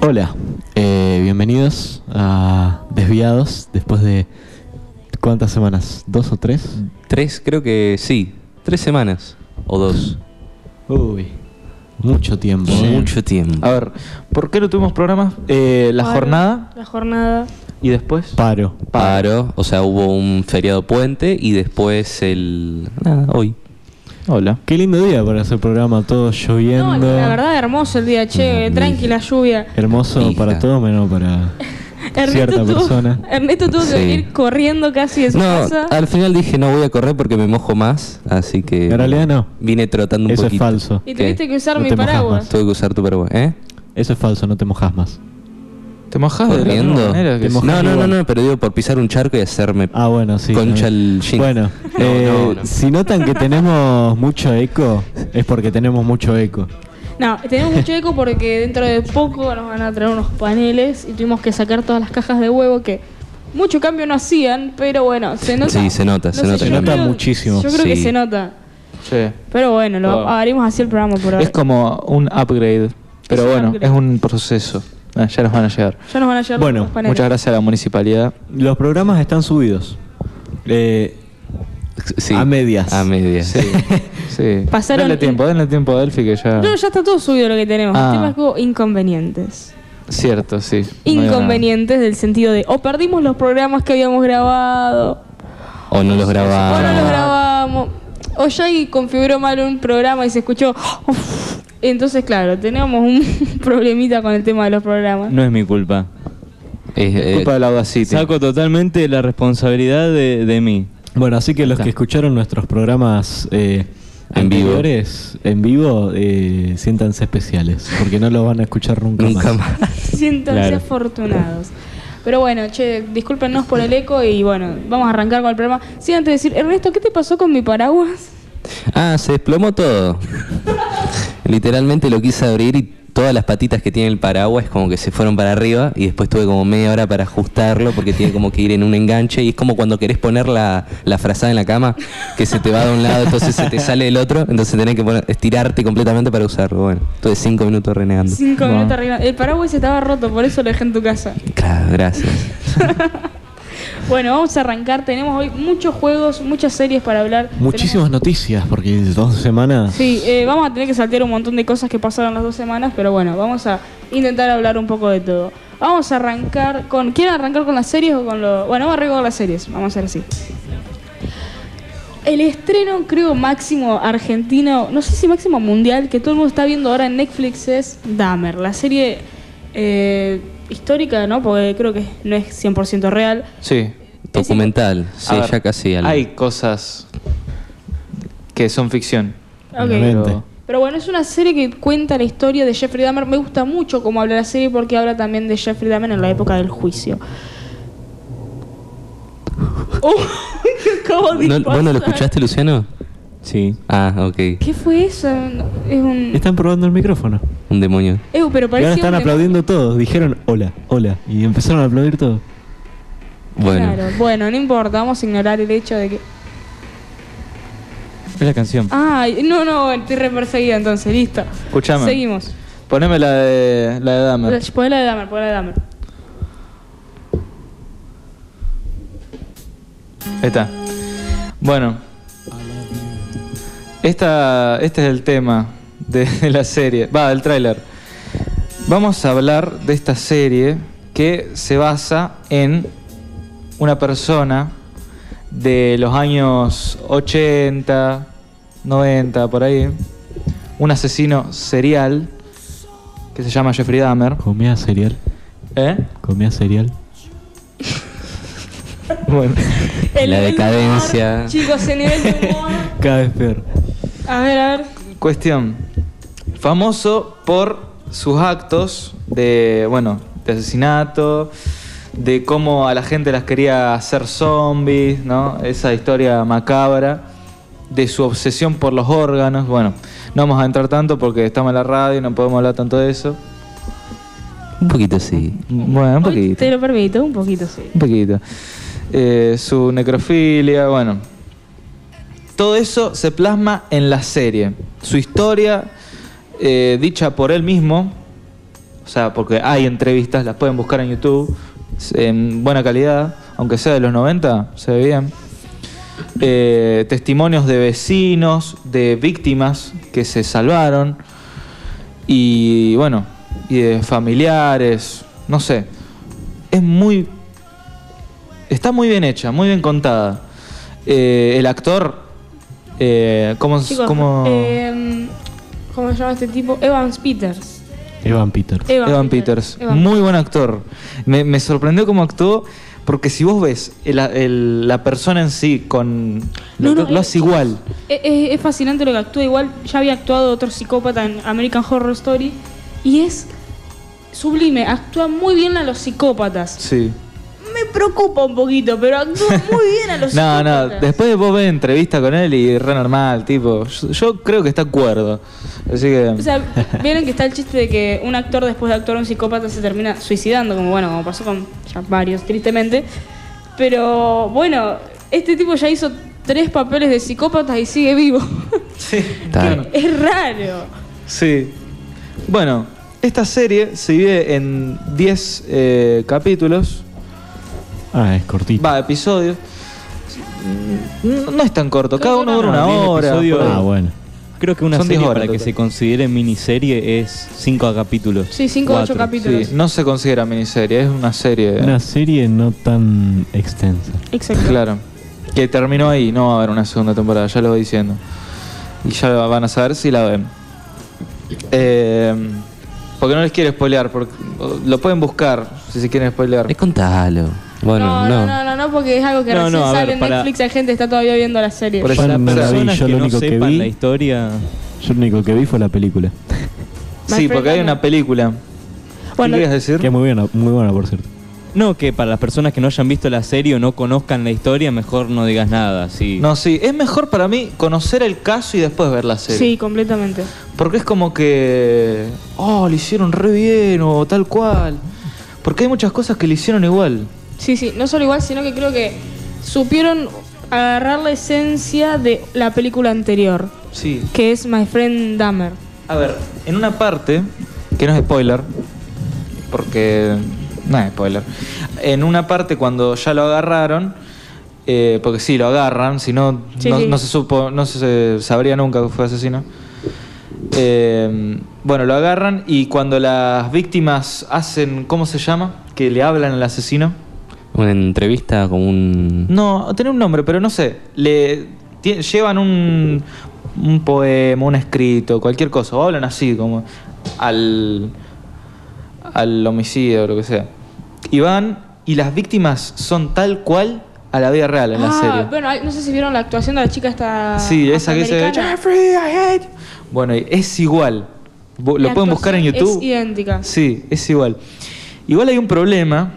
Hola, eh, bienvenidos a Desviados después de cuántas semanas, dos o tres. Tres, creo que sí. Tres semanas o dos. Uy, mucho tiempo. Sí. ¿eh? Mucho tiempo. A ver, ¿por qué no tuvimos programas? Eh, la Paro, jornada La jornada. y después. Paro. Paro, o sea, hubo un feriado puente y después el... Nada, hoy. Hola. Qué lindo día para hacer programa, todo lloviendo. No, la verdad, hermoso el día, che, Mm, tranquila lluvia. Hermoso Hija. para todo menos para cierta tuvo, persona. Ernesto tuvo Sí. que venir corriendo casi de su No, ah, casa. al final dije no voy a correr porque me mojo más, así que... En realidad no. Vine trotando un Eso es poquito. falso. Y ¿qué? tuviste que usar No mi te mojas paraguas. más. Tuve que usar tu paraguas, ¿eh? Eso es falso, no te mojas más. ¿Te mojas de la misma Corriendo. manera que Te sí? mojas No, no, no, igual. no, pero digo por pisar un charco y hacerme... Ah, bueno, sí. Concha también. el jean. Bueno, No, eh, no, no. si notan que tenemos mucho eco, es porque tenemos mucho eco. No, tenemos mucho eco porque dentro de poco nos van a traer unos paneles y tuvimos que sacar todas las cajas de huevo que mucho cambio no hacían, pero bueno, se nota. Sí, se nota, se nota. yo Se nota creo- muchísimo. Yo creo que Sí. se nota. Sí. Pero bueno, lo Wow. haremos así el programa por ahora. Es como un upgrade. Pero Es un bueno, upgrade. es un proceso. Ah, ya nos van a llegar. Ya nos van a llegar Bueno, los paneles. Muchas gracias a la municipalidad. Los programas están subidos. Eh, Sí. A medias. A medias. Sí. Pasaron- Denle tiempo, denle tiempo a Delphi que ya. No, ya está todo subido lo que tenemos. Ah. El tema es que hubo inconvenientes. Cierto, sí. No digo nada. Inconvenientes del sentido de o perdimos los programas que habíamos grabado, O no los grabamos. o no los grabamos, o Shaggy configuró mal un programa y se escuchó. uf. Entonces, claro, tenemos un problemita con el tema de los programas. No es mi culpa. Es, eh, Culpa de la Audacity. Saco totalmente la responsabilidad de, de mí. bueno, así que los que escucharon nuestros programas eh, En vivo. anteriores, en vivo, eh, siéntanse especiales, porque no los van a escuchar nunca, nunca más. más. Siéntanse Claro. afortunados. Pero bueno, che, discúlpenos por el eco y bueno, vamos a arrancar con el programa. Sí, antes de decir, Ernesto, ¿qué te pasó con mi paraguas? Ah, se desplomó todo. Literalmente lo quise abrir y todas las patitas que tiene el paraguas como que se fueron para arriba y después tuve como media hora para ajustarlo porque tiene como que ir en un enganche y es como cuando querés poner la, la frazada en la cama que se te va de un lado, entonces se te sale del otro, entonces tenés que poner- estirarte completamente para usarlo. Bueno, estuve cinco minutos renegando. Cinco minutos arriba. El paraguas estaba roto, por eso lo dejé en tu casa. Claro, gracias. Bueno, vamos a arrancar. Tenemos hoy muchos juegos, muchas series para hablar. Muchísimas noticias, porque dos semanas. Tenemos- Sí, eh, vamos a tener que saltear un montón de cosas que pasaron las dos semanas, pero bueno, vamos a intentar hablar un poco de todo. Vamos a arrancar con... ¿Quieren arrancar con las series o con lo...? Bueno, vamos a arrancar con las series, vamos a hacer así. El estreno, creo, máximo argentino, no sé si máximo mundial, que todo el mundo está viendo ahora en Netflix es Dahmer, la serie eh, histórica, ¿no? Porque creo que no es 100% real. Sí. Documental, A sí, ver, ya casi al... Hay cosas que son ficción. Ok. Obviamente. Pero bueno, es una serie que cuenta la historia de Jeffrey Dahmer. Me gusta mucho cómo habla la serie porque habla también de Jeffrey Dahmer en la época del juicio. ¡Oh! acabo de ¿No, ¿Vos no lo pasar. escuchaste, Luciano? Sí. Ah, ok. ¿Qué fue eso? No, Es un. Están probando el micrófono. Un demonio. Eh, pero y parecía ahora están un- aplaudiendo todos. Dijeron hola, hola. Y empezaron a aplaudir todos. Bueno. Claro, bueno, no importa, vamos a ignorar el hecho de que. Es la Ah. canción. Ay, no, no, estoy re perseguida entonces, listo. Escuchame. Seguimos. Poneme la de, la de Dahmer. Poné la de Dahmer, poné la de Dahmer. Ahí está. Bueno. Esta, este es el tema de, de la serie. Va, del tráiler. Vamos a hablar de esta serie que se basa en una persona de los años 80, 90, por ahí. Un asesino serial que se llama Jeffrey Dahmer. Comía cereal, ¿Eh? comía cereal. Bueno. La nivel de humor, decadencia. chicos, el nivel de humor. Cada vez peor. A ver, a ver. Cuestión. Famoso por sus actos de, bueno, de asesinato, de cómo a la gente las quería hacer zombies, ¿no? Esa historia macabra, de su obsesión por los órganos. Bueno, no vamos a entrar tanto porque estamos en la radio y no podemos hablar tanto de eso. Un poquito sí. Bueno, un Hoy poquito. Te lo permito, un poquito sí. Un poquito. Eh, su necrofilia, bueno. Todo eso se plasma en la serie. Su historia, eh, dicha por él mismo, o sea, porque hay entrevistas, las pueden buscar en YouTube, s- en buena calidad, aunque sea de los 90, se ve bien. Eh, testimonios de vecinos, de víctimas que se salvaron, y bueno, y de familiares, no sé. Es muy Está muy bien hecha, muy bien contada. Eh, el actor, eh, ¿cómo, Chicos, cómo- em, ¿cómo se llama este tipo? Evans Peters. Evan Peter. Evan, Evan Peters, Evan muy buen actor. Me, me sorprendió cómo actuó, porque si vos ves el- el- la persona en sí con lo, No, no, lo eh, hace igual. Es, es- es fascinante lo que actúa. Igual ya había actuado otro psicópata en American Horror Story. Y es sublime. Actúa muy bien a los psicópatas. Sí. Me preocupa un poquito, pero actúa muy bien a los No, psicópatas. no, después vos ves entrevista con él y re normal, tipo. Yo, yo creo que está cuerdo. Así que. O sea, vieron que está el chiste de que un actor después de actuar a un psicópata se termina suicidando, como bueno, como pasó con ya varios, tristemente. Pero bueno, este tipo ya hizo tres papeles de psicópata y sigue vivo. sí, Está- es raro. Sí. Bueno, esta serie se divide en 10 eh, capítulos, Ah, es cortito. va, episodios. Mm, No, no es tan corto, cada uno dura duran una diez hora. episodios. por ahí. Ah, bueno. este Creo que una Son serie 10 horas para que total. se considere miniserie es 5 capítulos. Sí, cinco o ocho Cuatro. capítulos. Sí, no se considera miniserie, es una serie. Una serie no tan extensa. Exacto. Claro. Que terminó ahí, no va a haber una segunda temporada, ya lo voy diciendo. Y ya van a saber si la ven. Eh, porque no les quiero spoilear, porque lo pueden buscar si se quieren spoilear. Es contalo. Bueno, no, no, no, no, no, porque es algo que No, recién no, a ver, sale en para- Netflix, la gente está todavía viendo la serie. Por eso- Yo Para no la vi, personas yo que lo no único que sepan vi- la historia, Yo lo único que vi fue la película. My Sí, Friend porque hay Dahmer. una película. Bueno, ¿Qué querías decir? Que es muy buena, muy buena por cierto. no que para las personas que no hayan visto la serie o no conozcan la historia, mejor no digas nada, sí. No, sí, es mejor para mí conocer el caso y después ver la serie. sí, completamente. Porque es como que. Oh, le hicieron re bien o tal cual. Porque hay muchas cosas que le hicieron igual. Sí, sí, no solo igual, sino que creo que supieron agarrar la esencia de la película anterior, Sí. que es My Friend Dahmer. A ver, en una parte, que no es spoiler, porque. No es spoiler. En una parte, cuando ya lo agarraron. eh, porque sí, lo agarran, si no, Sí, no, sí. no se supo, no se sabría nunca que fue asesino. Eh, bueno, lo agarran y cuando las víctimas hacen, ¿cómo se llama? Que le hablan al asesino. Una entrevista con un. No, tiene un nombre, pero no sé. Le tie- llevan un, un poema, un escrito, cualquier cosa. O hablan así, como al, al homicidio o lo que sea. Y van, y las víctimas son tal cual a la vida real en la ah, serie. bueno, hay- no sé si vieron la actuación de la chica esta sí, esa que se afroamericana. "Jeffrey, I hate you". Bueno, y es igual. Bo- Lo La pueden buscar en actuación YouTube. Es idéntica. Sí, es igual. Igual hay un problema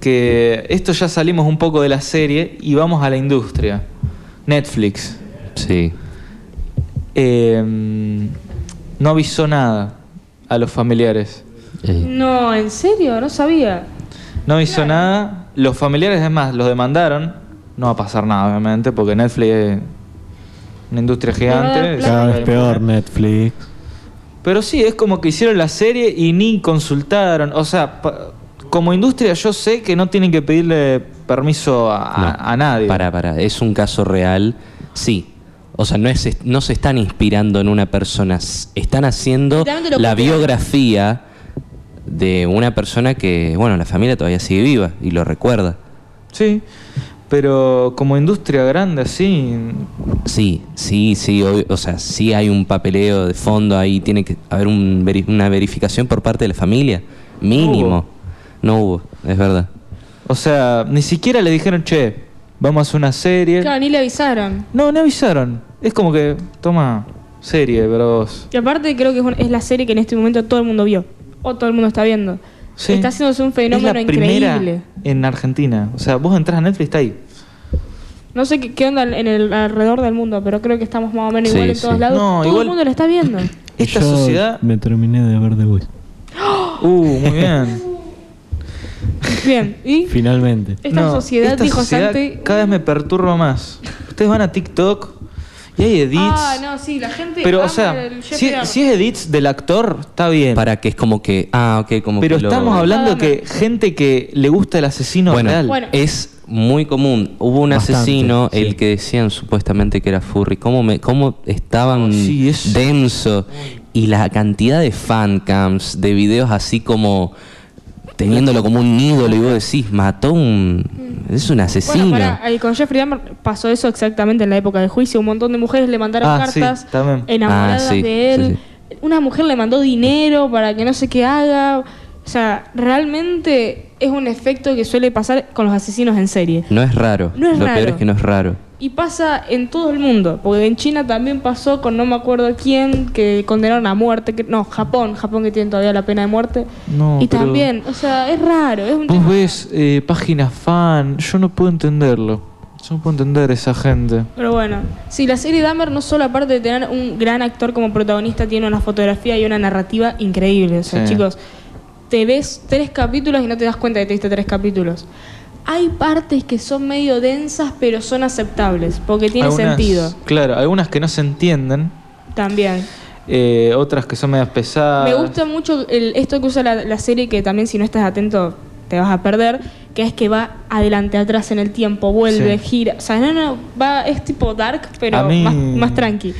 que esto ya salimos un poco de la serie y vamos a la industria. Netflix Sí. eh, no avisó nada a los familiares. Eh, No, en serio, no sabía. No avisó nada. Los familiares, es más, los demandaron. No va a pasar nada, obviamente, porque Netflix es una industria va a dar gigante. plata. Cada vez peor Netflix. Pero sí, es como que hicieron la serie y ni consultaron. O sea, pa- como industria yo sé que no tienen que pedirle permiso a, a- no. a nadie. Pará, pará. Es un caso real. Sí. O sea, no, es, no se están inspirando en una persona. s- Están haciendo Literalmente lo la copian. biografía de una persona que, bueno, la familia todavía sigue viva y lo recuerda. Sí, pero como industria grande así... Sí, sí, sí, obvio- o sea, sí hay un papeleo de fondo ahí, tiene que haber un veri- una verificación por parte de la familia, mínimo. No hubo, es verdad. O sea, ni siquiera le dijeron, che, vamos a hacer una serie. Claro, ni le avisaron. No, no avisaron. Es como que, toma, serie, pero vos. Y aparte creo que es, un- es la serie que en este momento todo el mundo vio. O todo el mundo está viendo. Sí. Está haciéndose un fenómeno es la primera increíble. en Argentina. O sea, vos entras a Netflix, está ahí. No sé qué, qué onda en el alrededor del mundo, pero creo que estamos más o menos Sí, igual en sí. todos lados. No, todo igual- el mundo lo está viendo. Esta Yo sociedad... Me terminé de ver The Voice. Uh, muy bien. Bien, y Finalmente. esta No, sociedad esta dijo sociedad Santi. Cada vez me perturba más. Ustedes van a TikTok Y hay edits. Ah, no, sí, la gente. Pero, o ama sea, el Jeff si, Lerner. si es edits del actor, está bien. Para que es como que. Ah, ok, como pero que lo- estamos hablando Nada que gente que le gusta el asesino Bueno, real. Bueno. es muy común. Hubo un Bastante, asesino, sí. el que decían supuestamente que era furry. ¿Cómo, me, cómo estaban Oh, sí, es- denso? Y la cantidad de fancams, de videos así como teniéndolo como un ídolo y vos decís, mató un... es un asesino. Mm. Bueno, pará, eh, con Jeffrey Dahmer pasó eso exactamente en la época del juicio. Un montón de mujeres le mandaron Ah, sí, cartas también. enamoradas Ah, sí, de él. Una mujer le mandó dinero para que no sé qué haga. O sea, realmente es un efecto que suele pasar con los asesinos en serie. no es raro. No es Lo raro. peor es que no es raro. Y pasa en todo el mundo, porque en China también pasó con no me acuerdo quién, que condenaron a muerte, que, no, Japón, Japón que tiene todavía la pena de muerte. No, y pero- también, o sea, es raro, es un Vos tema- ves eh, páginas fan, yo no puedo entenderlo. Yo no puedo entender esa gente. Pero bueno, sí, la serie Dahmer no solo aparte de tener un gran actor como protagonista, tiene una fotografía y una narrativa increíble. O sea, Sí. chicos, te ves tres capítulos y no te das cuenta que te viste tres capítulos. Hay partes que son medio densas, pero son aceptables, porque tiene Algunas- sentido Claro, algunas que no se entienden, también. eh, otras que son medias pesadas. Me gusta mucho el- esto que usa la, la serie, que también si no estás atento te vas a perder, que es que va adelante, atrás en el tiempo, vuelve, Sí. gira. O sea, no, no, va, es tipo dark, pero A mí- más, más tranqui.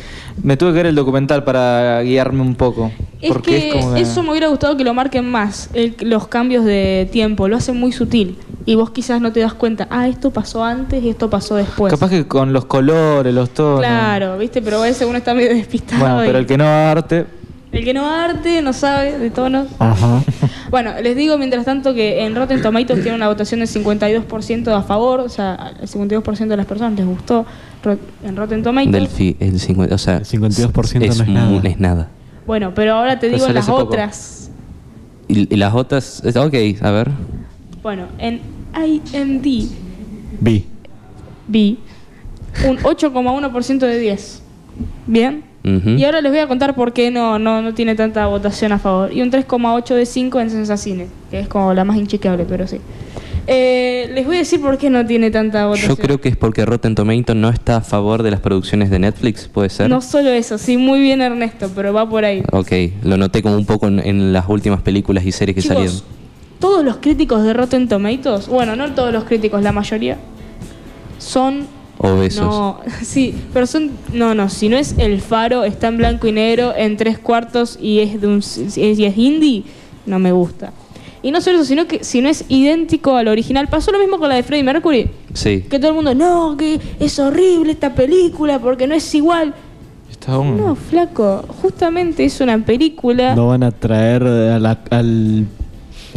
Me tuve que ver el documental para guiarme un poco. Es porque que es como que- eso me hubiera gustado que lo marquen más, el- los cambios de tiempo, lo hacen muy sutil y vos quizás no te das cuenta, ah, esto pasó antes y esto pasó después. Capaz que con los colores, los tonos. Pues. Claro, viste, pero ese uno está medio despistado. Bueno, y- pero el que no haga arte. el que no arte, no sabe de tonos. Ajá. Bueno, les digo mientras tanto que en Rotten Tomatoes tiene una votación del 52% a favor, o sea, el 52% de las personas les gustó Ro- en Rotten Tomatoes. Del fi- el 50, o sea, El 52% es no es mu- nada. es nada. Bueno, pero ahora te Pero digo sale las hace poco. otras. Y, y las otras, es- ok, a ver. Bueno, en IMDb Vi. un 8,1% de 10. ¿Bien? Ujú. Y ahora les voy a contar por qué no, no, no tiene tanta votación a favor. Y un 3,8 de 5 en Sensacine, que es como la más inchequeable, pero sí. Eh, les voy a decir por qué no tiene tanta votación. Yo creo que es porque Rotten Tomato no está a favor de las producciones de Netflix, puede ser. No solo eso, sí, muy bien Ernesto, pero va por ahí. Ok, lo noté como un poco en, en las últimas películas y series que Chicos, salieron. todos los críticos de Rotten Tomatoes, bueno, no todos los críticos, la mayoría, son... Obesos. No, sí, pero son... No, no, si no es El Faro, está en blanco y negro, en tres cuartos y es, de un, y es indie, no me gusta. Y no solo eso, sino que si no es idéntico al original, pasó lo mismo con la de Freddie Mercury, Sí. que todo el mundo, no, que es horrible esta película porque no es igual. Está un- No, flaco, justamente es una Eh. película No van a traer a la- al.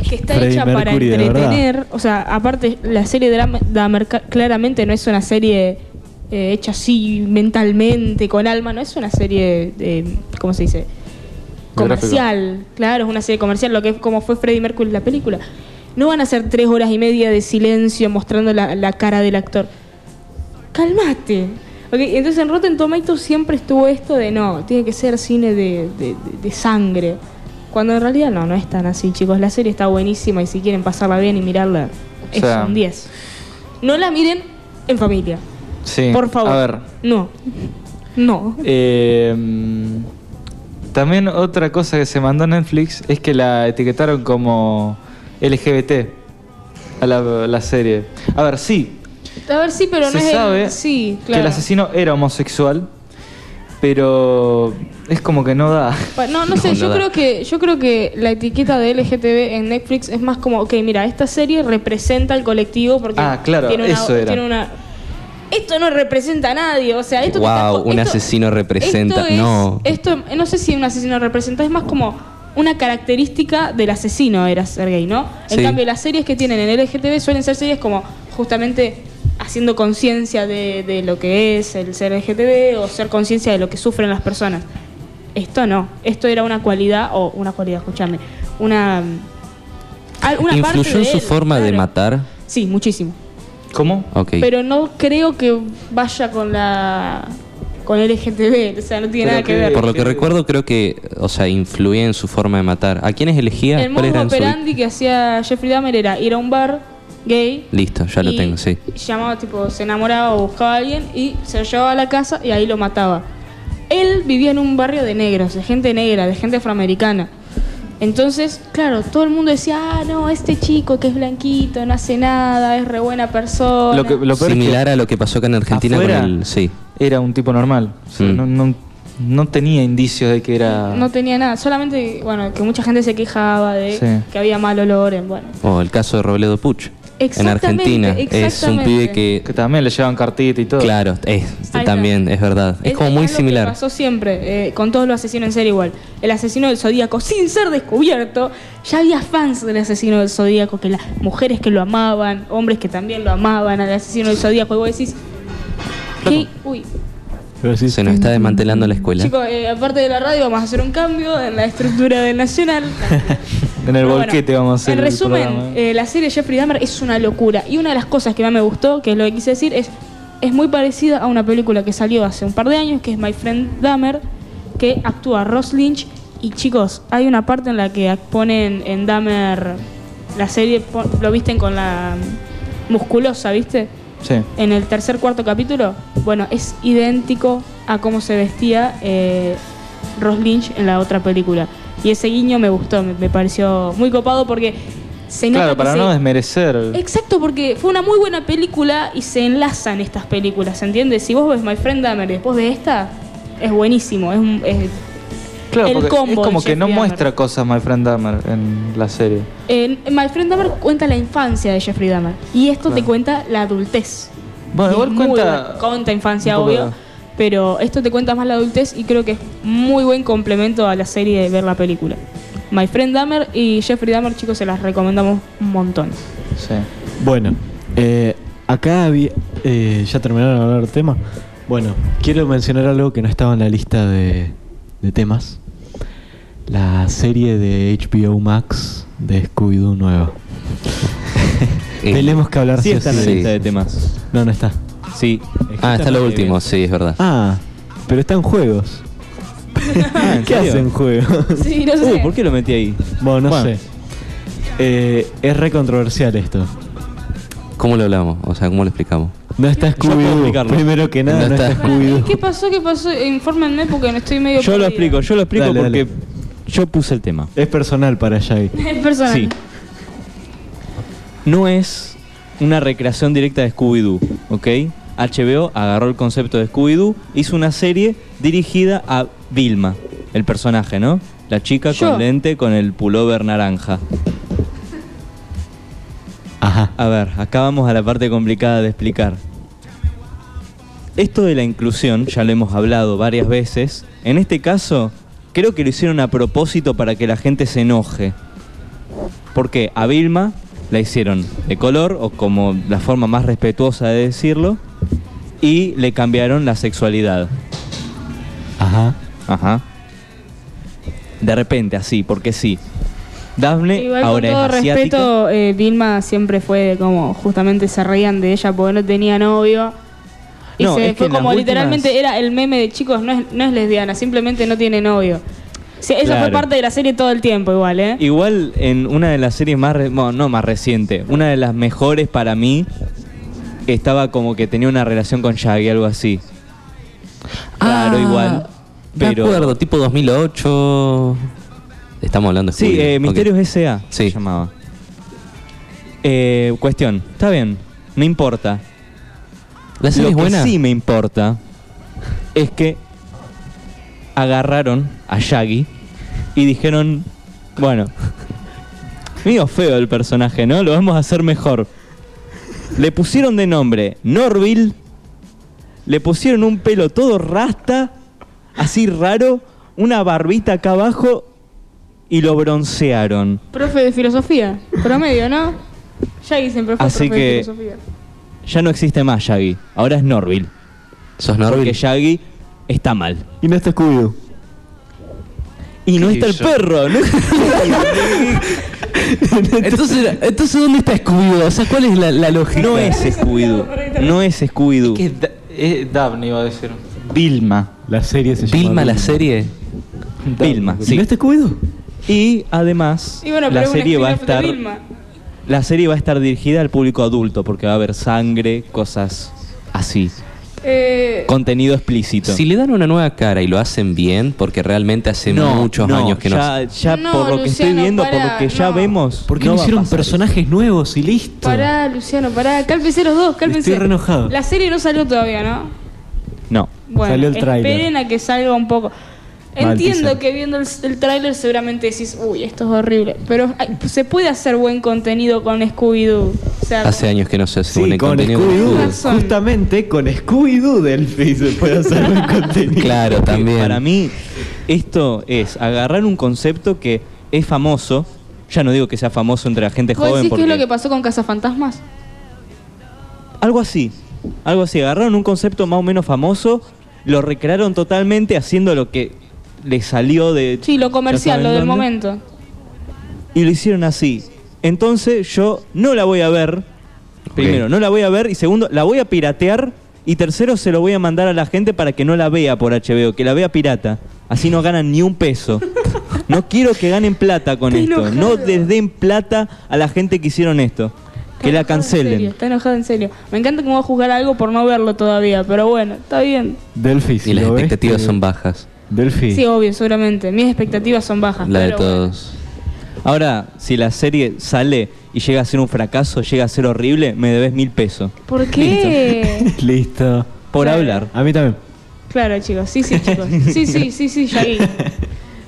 que está Freddie hecha para Mercury, de entretener. verdad. O sea, aparte, la serie de Dam- Dahmer ca- claramente no es una serie eh, hecha así mentalmente, con alma, no es una serie, eh, ¿cómo se dice? Comercial, claro, es una serie comercial, lo que es como fue Freddie Mercury en la película. No van a ser tres horas y media de silencio mostrando la, la cara del actor. Calmate. Ok, entonces en Rotten Tomatoes siempre estuvo esto de no, tiene que ser cine de, de- de- de sangre. Cuando en realidad no, no es tan así, chicos. La serie está buenísima y si quieren pasarla bien y mirarla, O sea- es un 10. No la miren en familia, Sí. por favor. A ver. No. No. Eh, también otra cosa que se mandó a Netflix es que la etiquetaron como LGBT a la, la serie. A ver, sí, A ver, sí, pero se no es el- sabe sí, claro. que el asesino era homosexual, pero es como que no da. Pa- No, no No, sé, no yo da. creo que yo creo que la etiqueta de LGTB en Netflix es más como, ok, mira, esta serie representa al colectivo porque Ah, claro, tiene, una, eso era. tiene una- esto no representa a nadie, o sea, esto que Guau, está co- un esto- asesino representa, esto es- no. Esto no sé si un asesino representa, es más como una característica del asesino era ser gay, ¿no? En Sí. cambio, las series que tienen en LGTB suelen ser series como justamente haciendo conciencia de, de lo que es el ser LGTB o ser conciencia de lo que sufren las personas. Esto no, esto era una cualidad, o una cualidad, escuchame, una... mm, al- una parte ¿Influyó en de su él, forma de claro. matar? Sí, muchísimo. ¿Cómo? Ok. Pero no creo que vaya con la... con LGTB, o sea, no tiene Pero nada que que- ver. Por lo que recuerdo, creo que, o sea, influía en su forma de matar. ¿A quiénes elegía? ¿Cuál El modo era en su- operandi que hacía Jeffrey Dahmer era ir a un bar, gay. Listo, ya lo y tengo, sí. Llamaba, tipo, se enamoraba o buscaba a alguien y se lo llevaba a la casa y ahí lo mataba. Él vivía en un barrio de negros, de gente negra, de gente afroamericana. Entonces, claro, todo el mundo decía, ah, no, este chico que es blanquito, no hace nada, es re buena persona. Lo que- lo peor es que Similar a lo que pasó acá en Argentina afuera con el. Sí. Era un tipo normal. O sea, Mm. no, no- no tenía indicios de que era. No tenía nada, solamente, bueno, que mucha gente se quejaba de Sí. que había mal olor, en, bueno. O el caso de Robledo Puch. En Exactamente, Argentina. Es un exactamente. pibe que. que también le llevan cartita y todo. Claro, es, está. también, es verdad. Es, como muy algo que similar. pasó siempre, eh, con todos los asesinos en serie igual. El asesino del Zodíaco, sin ser descubierto, ya había fans del asesino del Zodíaco, que las mujeres que lo amaban, hombres que también lo amaban al asesino del Zodíaco, y vos decís... ¿qué? Uy, Pero sí, Se nos está desmantelando la escuela. chicos, eh, aparte de la radio vamos a hacer un cambio en la estructura del Nacional. En el Pero bueno, volquete vamos a hacer. En el resumen, programa. eh, la serie Jeffrey Dahmer es una locura. Y una de las cosas que más me gustó, que es lo que quise decir, es, es muy parecida a una película que salió hace un par de años, que es My Friend Dahmer, que actúa Ross Lynch. Y chicos, hay una parte en la que ponen en Dahmer la serie, pon- lo visten con la musculosa, ¿viste? Sí. En el tercer, cuarto capítulo, bueno, es idéntico a cómo se vestía eh, Ross Lynch en la otra película. Y ese guiño me gustó, me, me pareció muy copado porque se nota Claro, que para se- no desmerecer. Exacto, porque fue una muy buena película y se enlazan estas películas, ¿entiendes? Si vos ves My Friend Dahmer y después de esta, es buenísimo. Es, un- es- Claro, el porque combo es de como que Jeffrey no Dahmer. muestra cosas My Friend Dahmer en la serie. en- en My Friend Dahmer cuenta la infancia de Jeffrey Dahmer y esto te Claro. cuenta la adultez. Bueno, Y igual es muy cuenta. buena- Cuenta infancia, un poco obvio. de- Pero esto te cuenta más la adultez y creo que es muy buen complemento a la serie de ver la película. My Friend Dahmer y Jeffrey Dahmer, chicos, se las recomendamos un montón. Sí. Bueno, eh, acá había- eh, ya terminaron de hablar del tema. Bueno, quiero mencionar algo que no estaba en la lista de, de temas. La serie de HBO Max de Scooby-Doo nueva. Eh, Tenemos que hablar Sí sí o está en la sí. Sí. lista de temas. No, no está. Sí. Ah, está lo Bien. último, sí, es verdad. Ah, pero están juegos. Ah, ¿en ¿Qué serio? hacen juegos? Sí, no sé. Uh, ¿por qué lo metí ahí? bueno, no Bueno. sé. Eh, es re controversial esto. ¿Cómo lo hablamos? O sea, ¿cómo lo explicamos? No está puedo Scooby-Doo. explicarlo. Primero que nada, no, No está, está. Scooby-Doo. ¿Qué pasó? ¿Qué pasó? Infórmenme porque no estoy medio. Yo lo perdida. explico, yo lo explico Dale, porque dale. yo puse el tema. Es personal para Jay. Es personal. Sí. No es una recreación directa de Scooby-Doo, ¿ok? HBO agarró el concepto de Scooby-Doo, hizo una serie dirigida a Vilma, el personaje, ¿no? La chica Yo. con lente con el pullover naranja. Ajá. A ver, acá vamos a la parte complicada de explicar. Esto de la inclusión, ya lo hemos hablado varias veces, en este caso creo que lo hicieron a propósito para que la gente se enoje. Porque a Vilma la hicieron de color, o como la forma más respetuosa de decirlo, y le cambiaron la sexualidad. Ajá. Ajá. De repente, así, porque sí. Daphne Igual ahora con todo es asiática. respeto, eh, Vilma siempre fue como justamente se reían de ella porque no tenía novio. Y No, se es que fue en las como literalmente últimas- era el meme de chicos, no es, no es lesbiana, simplemente no tiene novio. O sea, esa fue Claro. parte de la serie todo el tiempo igual, ¿eh? Igual en una de las series más, re- bueno, no más reciente, una de las mejores para mí, estaba como que tenía una relación con Shaggy, algo así. Claro, Ah, igual. Pero De acuerdo, tipo 2008. Estamos hablando de sí, Scooby-Doo, eh, ok. Misterios S.A. se Sí. llamaba. Eh, cuestión, está bien, no importa. ¿La serie Lo es buena? que sí me importa es que agarraron a Shaggy y dijeron, bueno, mío feo el personaje, ¿no? Lo vamos a hacer mejor. Le pusieron de nombre Norville, le pusieron un pelo todo rasta, así raro, una barbita acá abajo y lo broncearon. Profe de filosofía, promedio, ¿no? Shaggy siempre fue Así profe de que- filosofía. Ya no existe más Shaggy, ahora es Norville. ¿Sos Porque Norville? Shaggy está mal. Y no está Scooby-Doo. Y no Sí, está el yo- perro. ¿no? entonces, era- entonces, ¿dónde está Scooby-Doo? O sea, ¿cuál es la, la lógica? No es Scooby-Doo. No es Scooby-Doo. ¿Qué es Da- es Daphne iba a decir? Vilma. La serie se llama. Vilma la serie. Vilma, ¿Y sí. no está Scooby-Doo? Y además, Y bueno, pero la es un serie va a spin-off de estar. Vilma. La serie va a estar dirigida al público adulto porque va a haber sangre, cosas así. Eh, Contenido explícito. Si le dan una nueva cara y lo hacen bien, porque realmente hace muchos años que no. ya, ya No, por lo que estoy Luciano, viendo, por pará, lo que ya no. vemos. ¿Por qué no no, va a hicieron pasar eso. personajes nuevos y listo? pará, Luciano, pará. Cálpense los dos, cálpense. Estoy re enojado. La serie no salió todavía, ¿no? No. Bueno, Salió el tráiler. esperen a que salga un poco. Mal, Entiendo quizá. que viendo el, el tráiler seguramente decís, uy, esto es horrible. Pero ay, se puede hacer buen contenido con Scooby-Doo. O sea, Hace años que no se hace Sí, buen con contenido. Con Scooby-Doo. razón. Justamente con Scooby-Doo Delphi se puede hacer un contenido. Claro, también. Para mí, esto es agarrar un concepto que es famoso. Ya no digo que sea famoso entre la gente ¿Vos joven, decís qué porque es lo que pasó con Cazafantasmas? algo así, algo así. Agarraron un concepto más o menos famoso, lo recrearon totalmente haciendo lo que le salió de. Sí, lo ya comercial, saben lo del dónde, momento. Y lo hicieron así. Entonces yo no la voy a ver. Primero, Ok. no la voy a ver. Y segundo, la voy a piratear. Y tercero, se lo voy a mandar a la gente para que no la vea por HBO, que la vea pirata. Así no ganan ni un peso. No quiero que ganen plata con Estoy esto. enojado. No les den plata a la gente que hicieron esto. Que la Está enojado en serio, cancelen. Está enojado en serio. Me encanta cómo va a juzgar algo por no verlo todavía, pero bueno, está bien. Delphi, Y las expectativas son bajas. Delphi. Sí, obvio, seguramente. Mis expectativas son bajas. La de Ah, pero bueno. todos. Ahora, si la serie sale y llega a ser un fracaso, llega a ser horrible, me debes mil pesos. ¿Por qué? Listo. Por Claro. hablar. A mí también. Claro, chicos, sí, sí, chicos. Sí, sí, sí, sí, ya vi.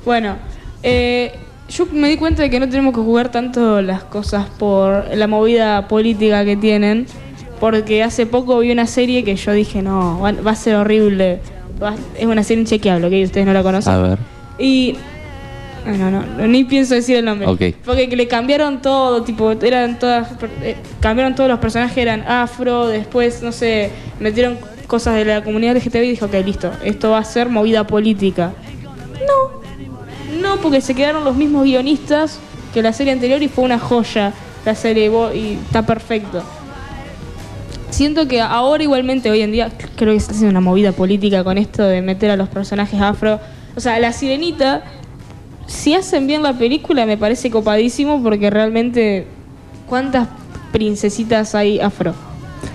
Bueno, eh, yo me di cuenta de que no tenemos que jugar tanto las cosas por la movida política que tienen, porque hace poco vi una serie que yo dije, no, va, va a ser horrible. Va- es una serie inchequeable, que ustedes no la conocen. A ver. Y. No, no, no, ni pienso decir el nombre. Ok. Porque que le cambiaron todo, tipo, eran todas. eh, cambiaron todos los personajes, eran afro, después, no sé, metieron cosas de la comunidad LGTB y dijo, ok, listo, esto va a ser movida política. No, no, porque se quedaron los mismos guionistas que la serie anterior y fue una joya la serie bo- y está perfecto. Siento que ahora igualmente hoy en día creo que está haciendo una movida política con esto de meter a los personajes afro. O sea, la sirenita, si hacen bien la película me parece copadísimo porque realmente cuántas princesitas hay afro.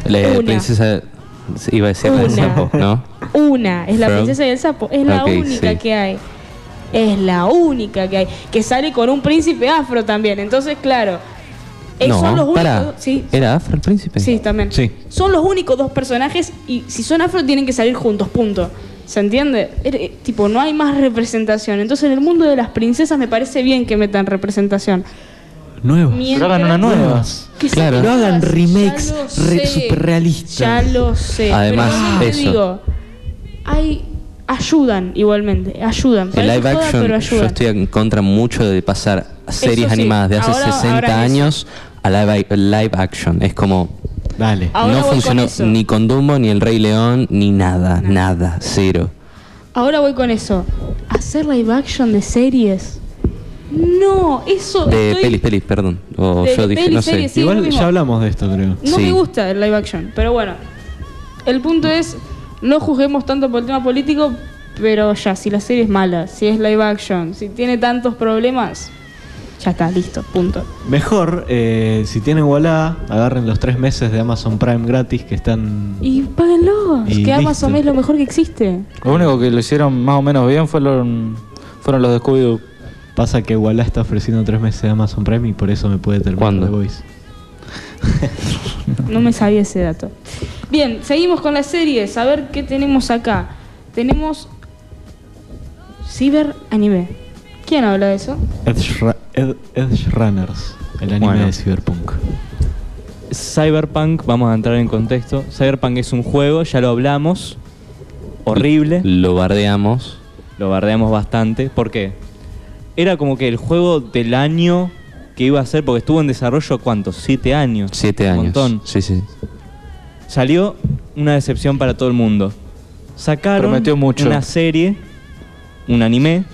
La Una. princesa. Iba a decir la del Una. sapo, ¿no? Una, es la Fro. princesa y el sapo, es la Ok, única sí. que hay. Es la única que hay. Que sale con un príncipe afro también. Entonces, claro, eh, no, son los únicos. pará. Sí, ¿Era Afro el príncipe? Sí, también. Sí. Son los únicos dos personajes y si son afro tienen que salir juntos, punto. ¿Se entiende? Er- eh, tipo, no hay más representación. Entonces, en el mundo de las princesas me parece bien que metan representación. Nuevos. Mientras- hagan una nueva. Nuevas. Que se Claro. No metan- hagan Ya remakes lo re- sé, superrealistas. Ya lo sé. Además, pero yo te eso. digo, hay ayudan igualmente, ayudan. El Parece live joda, action, pero yo ayudan. estoy en contra mucho de pasar series sí, animadas de hace ahora- 60 ahora es- años a live, live action. Es como, Dale. Ahora no voy con funcionó eso. ni con Dumbo, ni El Rey León, ni nada, nada, cero. Ahora voy con eso. Hacer live action de series. No, eso De estoy- pelis, pelis, perdón. O De yo dije, pelis, no sé. series, sí, lo Igual mismo. ya hablamos de esto, creo. No Sí. me gusta el live action, pero bueno. El punto es, no juzguemos tanto por el tema político, pero ya, si la serie es mala, si es live action, si tiene tantos problemas, ya está, listo, punto. Mejor, eh, si tienen Wallah, agarren los tres meses de Amazon Prime gratis que están. Y páguenlo, Y que Amazon listo. es lo mejor que existe. Lo único que lo hicieron más o menos bien fueron, fueron los de Scooby-Doo. Pasa que Wallah está ofreciendo tres meses de Amazon Prime y por eso me puede terminar ¿Cuándo? The Voice. No me sabía ese dato. Bien, seguimos con las series, a ver qué tenemos acá. Tenemos Cyber Anime. ¿Quién habla de eso? Edge, Ra- Ed- Edge Runners, el anime Bueno. de Cyberpunk. Cyberpunk, vamos a entrar en contexto. Cyberpunk es un juego, ya lo hablamos. Horrible. Lo bardeamos. Lo bardeamos bastante. ¿Por qué? Era como que el juego del año que iba a ser, porque estuvo en desarrollo, ¿cuántos? Siete años. Siete años. Un montón. Sí, sí. Salió una decepción para todo el mundo. Sacaron Prometió mucho. una serie, un anime,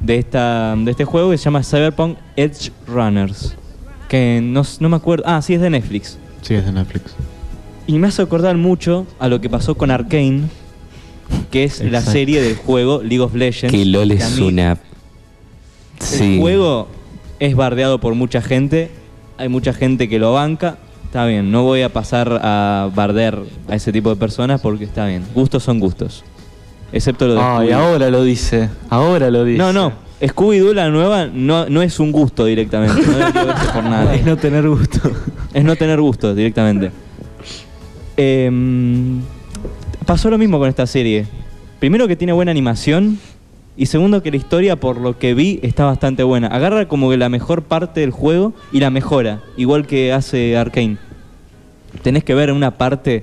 de, esta, de este juego que se llama Cyberpunk Edge Runners. Que no, s- no me acuerdo. Ah, sí, es de Netflix. Sí, es de Netflix. Y me hace acordar mucho a lo que pasó con Arkane, que es la Exacto. serie del juego League of Legends. Que LOL a es mí una. El juego es bardeado por mucha gente hay mucha gente que lo banca. Está bien, no voy a pasar a barder a ese tipo de personas porque está bien. Gustos son gustos. Excepto lo de Ay, Scooby. ahora lo dice. Ahora lo dice. No, no. Scooby-Doo, la nueva, no, no es un gusto directamente. No es por nada. Es no tener gusto. Es no tener gusto directamente. Em, pasó lo mismo con esta serie. Primero que tiene buena animación y segundo que la historia, por lo que vi, está bastante buena. Agarra como que la mejor parte del juego y la mejora, igual que hace Arkane. Tenés que ver una parte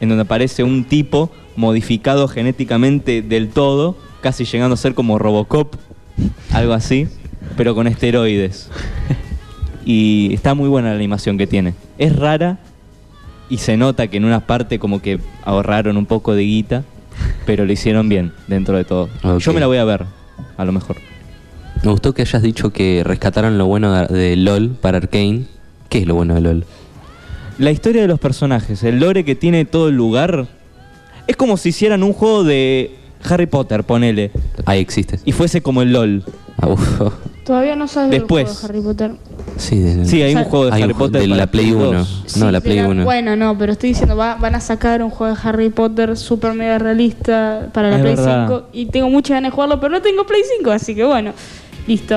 en donde aparece un tipo modificado genéticamente del todo, casi llegando a ser como Robocop, algo así, pero con esteroides y está muy buena la animación que tiene. Es rara y se nota que en unas partes como que ahorraron un poco de guita, pero lo hicieron bien dentro de todo. Ok. Yo me la voy a ver, a lo mejor. Me gustó que hayas dicho que rescataron lo bueno de- de LOL para Arkane. ¿Qué es lo bueno de LOL? La historia de los personajes, el lore que tiene todo el lugar, es como si hicieran un juego de Harry Potter, ponele, Ahí existe. y fuese como el LOL. Ah, uf. Todavía no sabes del Después. juego de Harry Potter. Sí, de- Sí, hay O un sea, juego de hay un Harry ju- Potter de para la Play 1. 2. No, la Sí, Play pero- 1. Bueno, no, pero estoy diciendo, va- van a sacar un juego de Harry Potter super mega realista para la Es Play verdad. 5 y tengo muchas ganas de jugarlo, pero no tengo Play 5, así que bueno, listo.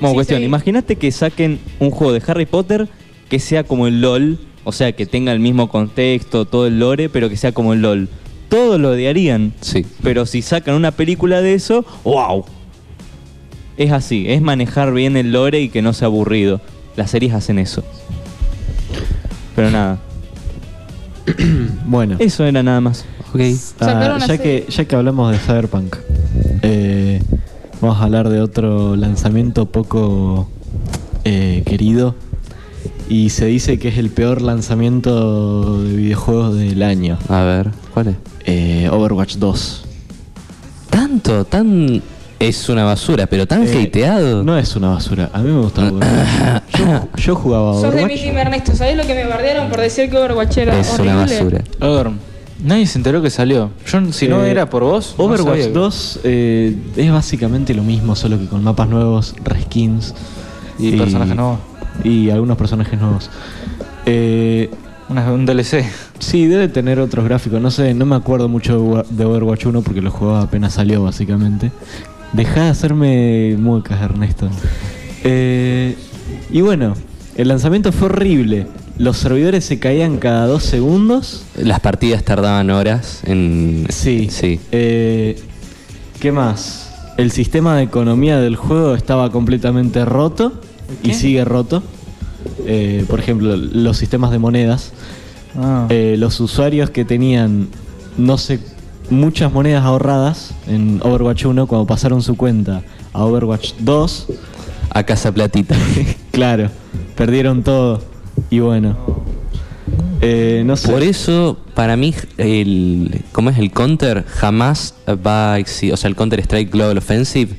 Bueno, Sí, cuestión, sí. imagínate que saquen un juego de Harry Potter que sea como el LOL, o sea, que tenga el mismo contexto, todo el lore, pero que sea como el LOL. Todo lo odiarían, Sí. pero si sacan una película de eso, ¡wow! Es así, es manejar bien el lore y que no sea aburrido. Las series hacen eso. Pero nada, Bueno. eso era nada más. Ok. Sacaron Ah, una ya, serie. que, ya que hablamos de Cyberpunk, eh, vamos a hablar de otro lanzamiento poco eh, querido. Y se dice que es el peor lanzamiento de videojuegos del año. A ver, ¿cuál es? Eh, Overwatch 2. Tanto, tan. Es una basura, pero tan Eh, hateado. No es una basura. A mí me gusta Overwatch. Yo, yo jugaba Oh, a Sos de mi Overwatch. team, Ernesto, ¿sabés lo que me bardearon por decir que Overwatch era es horrible? una basura. A ver, nadie se enteró que salió. Yo, si no Eh, era por vos. no Overwatch sabía. 2 eh, es básicamente lo mismo, solo que con mapas nuevos, reskins. Y personajes nuevos. Y algunos personajes nuevos. Eh, Una- un DLC. sí, debe tener otros gráficos. No sé, no me acuerdo mucho de Wa- de Overwatch 1 porque lo jugaba apenas salió, básicamente. Deja de hacerme muecas, Ernesto. Eh, y bueno, el lanzamiento fue horrible. Los servidores se caían cada dos segundos. Las partidas tardaban horas en. Sí. Sí. Eh, ¿Qué más? El sistema de economía del juego estaba completamente roto y sigue roto. Eh, por ejemplo, los sistemas de monedas. Ah. Eh, los usuarios que tenían, no sé, muchas monedas ahorradas en Overwatch 1, cuando pasaron su cuenta a Overwatch 2, A casa platita. claro, perdieron todo. Y bueno. Eh, no sé. Por eso, para mí, el, ¿cómo es el counter? Jamás va a existir. O sea, el Counter Strike Global Offensive,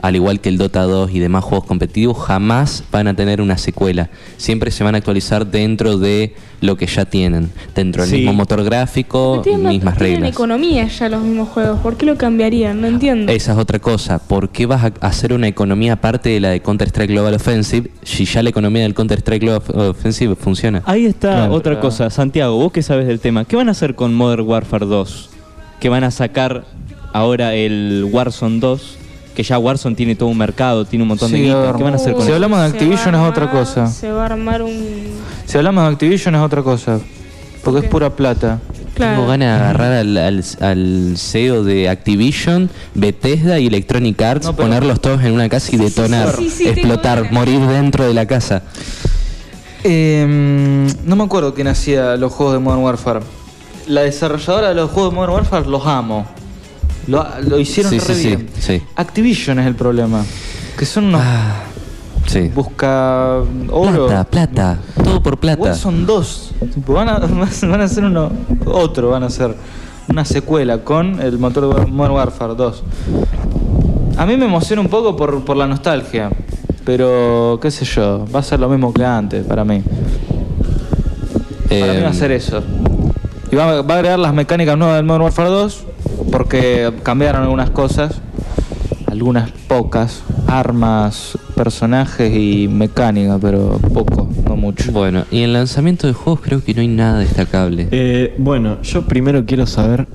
al igual que el Dota 2 y demás juegos competitivos, jamás van a tener una secuela. Siempre se van a actualizar dentro de lo que ya tienen. Dentro del Sí. mismo motor gráfico, No tienen- Oh, mismas tienen reglas. economía ya los mismos juegos, ¿por qué lo cambiarían? No entiendo. Esa es otra cosa. ¿Por qué vas a hacer una economía aparte de la de Counter-Strike Global Offensive si ya la economía del Counter-Strike Global Offensive funciona? Ahí está Claro. otra cosa, Santiago, vos que sabes del tema, ¿qué van a hacer con Modern Warfare 2? Que van a sacar ahora el Warzone 2, que ya Warzone tiene todo un mercado, tiene un montón de Sí, a guita. ver. ¿Qué van a hacer con Si Uy, eso? hablamos de se Activision va a es otra armar- cosa. Se va a armar un... Si hablamos de Activision es otra cosa. Porque Ok. es pura plata. Claro. Tengo ganas de agarrar al, al- al CEO de Activision, Bethesda y Electronic Arts, No, pero- ponerlos todos en una casa y Sí, sí, detonar, sí, sí, sí, tengo explotar, ganas. morir dentro de la casa. Eh, mm, no me acuerdo quién hacía los juegos de Modern Warfare. La desarrolladora de los juegos de Modern Warfare los amo. Lo, lo hicieron Sí, re sí, bien. sí, sí. Activision es el problema. Que son unos Ah, sí. busca oro. Plata, plata, todo por plata. Son dos. Tipo, van, a, van a hacer uno, otro, van a hacer una secuela con el motor de War- Modern Warfare 2. A mí me emociona un poco por, por la nostalgia, pero qué sé yo, va a ser lo mismo que antes para mí. Para mí va a Em, ser eso. Y va, va a agregar las mecánicas nuevas del Modern Warfare 2, porque cambiaron algunas cosas, algunas pocas. armas, personajes y mecánica, pero poco, no mucho. Bueno, y en lanzamiento de juegos creo que no hay nada destacable. Eh, bueno, yo primero quiero saber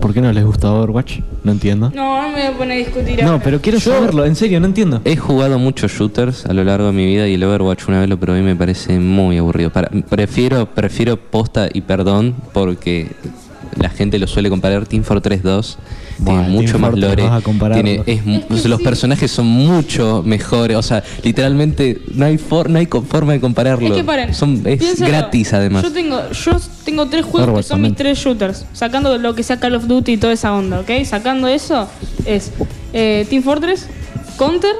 por qué no les gusta Overwatch. No entiendo. No, no me voy a poner a discutir No, ahora. pero quiero saberlo. En serio, no entiendo. He jugado muchos shooters a lo largo de mi vida y el Overwatch una vez lo probé y me parece muy aburrido. Para- prefiero, prefiero posta y perdón porque la gente lo suele comparar Team Fortress 2. Buah, tiene Team mucho más Fortress, lore. vas a compararlo. tiene- es mu- Es que los sí. personajes son mucho mejores. O sea, literalmente no hay, for- no hay co- forma de compararlo. Es que paren. son, es piénsenlo. gratis además. Yo tengo, yo tengo tres juegos Overwatch que son mis también. tres shooters. Sacando lo que sea Call of Duty y toda esa onda, ¿ok? Sacando eso es eh, Team Fortress, Counter,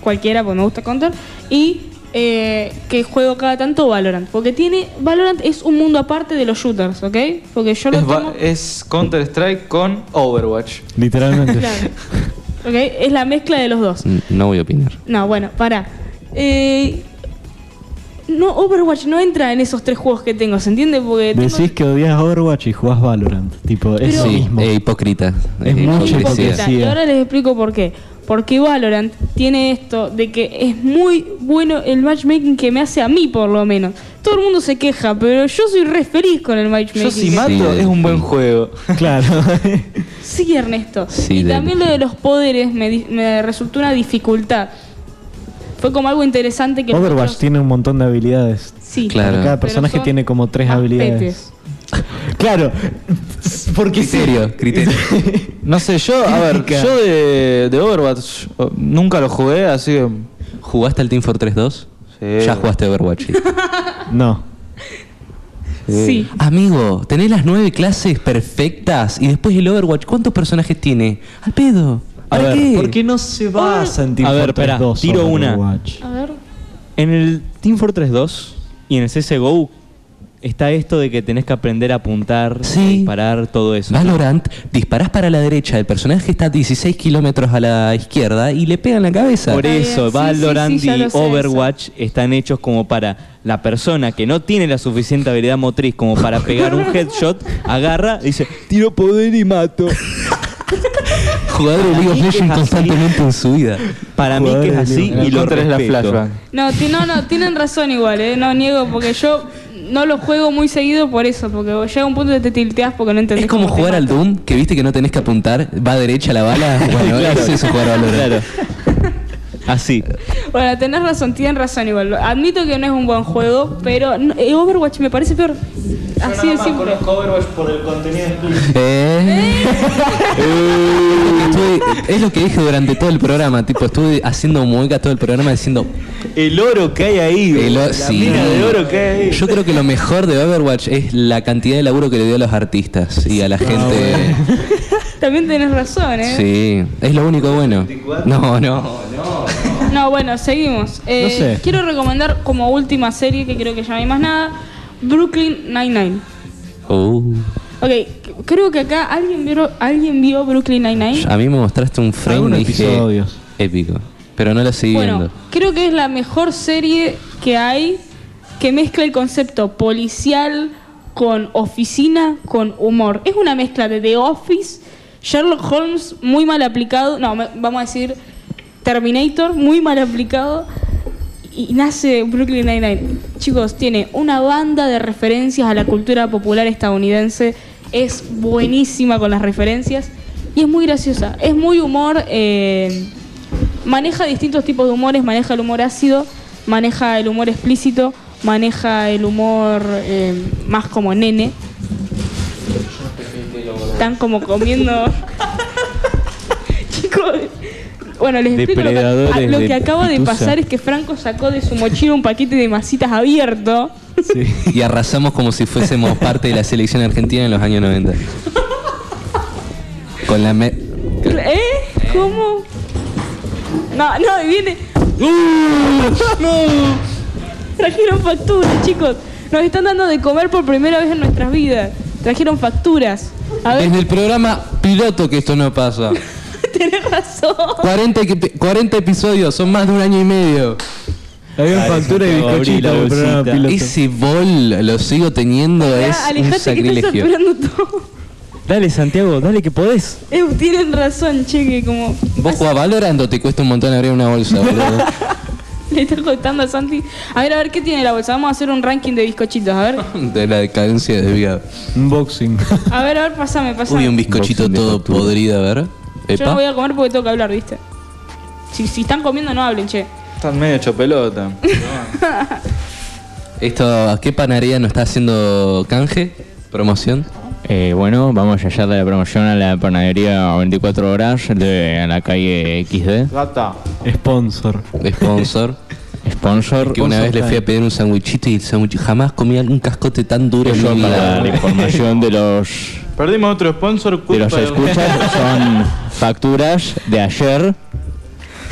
cualquiera, porque me gusta Counter, y eh, que juego cada tanto Valorant. Porque tiene. Valorant es un mundo aparte de los shooters, ¿ok? Porque yo lo Es, va- tomo- es Counter-Strike con Overwatch. Literalmente. Claro. ¿Ok? Es la mezcla de los dos. N- No voy a opinar. No, bueno, pará. Eh, no, Overwatch no entra en esos tres juegos que tengo, ¿se entiende? Porque Eh, tengo- Decís que odias Overwatch y jugás Valorant. Tipo, es Pero- lo sí, mismo. eh, hipócrita. Es mucha eh, Muy hipocresía. hipócrita. Y ahora les explico por qué. Porque Valorant tiene esto de que es muy bueno el matchmaking que me hace a mí, por lo menos. Todo el mundo se queja, pero yo soy re feliz con el matchmaking. Yo si que- mato Sí, es un buen sí. juego. Claro. Sí, Ernesto. Sí, y de- también lo de los poderes me, di- me resultó una dificultad. Fue como algo interesante que... Overwatch nosotros- tiene un montón de habilidades. Sí. Claro. Pero Cada Pero personaje son tiene como tres más habilidades. petes. Claro. Porque sí. Criterio, criterio. No sé, yo, a ver, Crítica. yo de, de Overwatch oh, nunca lo jugué, así que. ¿Jugaste al Team Fortress 2? Sí. Ya jugaste a Overwatch. sí. No. Sí. Amigo, tenés las nueve clases perfectas y después el Overwatch, ¿cuántos personajes tiene? Al pedo. A ¿Para ver, qué? ¿Por qué Ah. no se basa en Team A ver, Fortress espera, 2 tiro sobre una. Overwatch? A ver. En el Team Fortress 2 y en el CSGO está esto de que tenés que aprender a apuntar, Sí. a disparar, todo eso. Valorant, disparás para la derecha, el personaje está 16 kilómetros a la izquierda y le pegan la cabeza. Por Está bien, eso, sí, Valorant sí, sí, ya y lo sé, Overwatch están hechos como para la persona que no tiene la suficiente habilidad motriz como para pegar un headshot, agarra, dice, tiro poder y mato. Jugador de League of Legends constantemente en su vida. Para mí que es Jugadores de así League of y lo Counter es la respeto. flashback. No, ti- no, no, tienen razón igual, ¿eh? No niego, porque yo no lo juego muy seguido por eso, porque llega un punto que te tilteas porque no entendés. Es como cómo te jugar al matan. Doom, que viste que no tenés que apuntar, va derecha la bala. Bueno, Claro. es eso jugar a Valorant. Así. Bueno, tenés razón, tienen razón igual. Admito que no es un buen juego, pero no- eh, Overwatch me parece peor. Así de simple. Eh. Eh. Estuve- es lo que dije durante todo el programa, tipo, estuve haciendo mueca todo el programa diciendo, El oro que hay ahí. El o- la sí. mina de oro que hay ahí. yo creo que lo mejor de Overwatch es la cantidad de laburo que le dio a los artistas y Ah, a la gente. También tenés razón, ¿eh? Sí, es lo único bueno. No, no. No, bueno, seguimos. Eh, No sé. Quiero recomendar como última serie, que creo que ya no hay más nada, Brooklyn Nine-Nine. ¿Eh? Uh. Ok, c- creo que acá alguien vio, ¿alguien vio Brooklyn Nine-Nine. A mí me mostraste un frame Algunos y dije, episodios. épico, pero no lo seguí Bueno, viendo. creo que es la mejor serie que hay que mezcla el concepto policial con oficina, con humor. Es una mezcla de The Office, Sherlock Holmes muy mal aplicado, no, me- vamos a decir Terminator muy mal aplicado y nace Brooklyn Nine-Nine. Chicos, tiene una banda de referencias a la cultura popular estadounidense. Es buenísima con las referencias y es muy graciosa. Es muy humor. eh, maneja distintos tipos de humores. Maneja el humor ácido, maneja el humor explícito, maneja el humor eh, más como nene. Están como comiendo. Chicos. Bueno, les explico lo que- a- lo que, Depredadores de acaba de pitusa. pasar es que Franco sacó de su mochila un paquete de masitas abierto. Y arrasamos como si fuésemos parte de la selección argentina en los años 90. Con la me- ¿Eh? ¿Cómo? No, no, y viene. ¡Uh! Trajeron facturas, chicos. Nos están dando de comer por primera vez en nuestras vidas. Trajeron facturas. A ver, Desde el programa piloto que esto no pasa. tenés razón. 40, equi- 40 episodios, son más de un año y medio. Había Parece factura y que va a abrir bizcochito la en el programa bolsita. piloto. Ese bol lo sigo teniendo, es Ya, un alejate que estás sacrilegio. saturando todo. Dale, Santiago, dale que podés. Eh, tienen razón, che, que como Vos jugás Valorant o te cuesta un montón abrir una bolsa, boludo. le está costando a Santi. A ver, a ver, ¿qué tiene la bolsa? Vamos a hacer un ranking de bizcochitos, a ver. De la decadencia de vida. Unboxing. A ver, a ver, pasame, pasame. Uy, un bizcochito Boxing de todo factura. podrido, a ver. Yo no Epa. voy a comer porque tengo que hablar, ¿viste? Si, si están comiendo, no hablen, che. Están medio hecho pelota. Esto, ¿qué panadería no está haciendo canje? ¿Promoción? Eh, bueno, vamos a hallarle la promoción a la panadería 24 horas de la calle XD. Gata. Sponsor. ¿Sponsor? Sponsor. que una vez le fui a pedir un sandwichito y el sándwich jamás comí un cascote tan duro en mi Yo para la vida. información de los Perdimos otro sponsor. de los culpa escuchas son facturas de ayer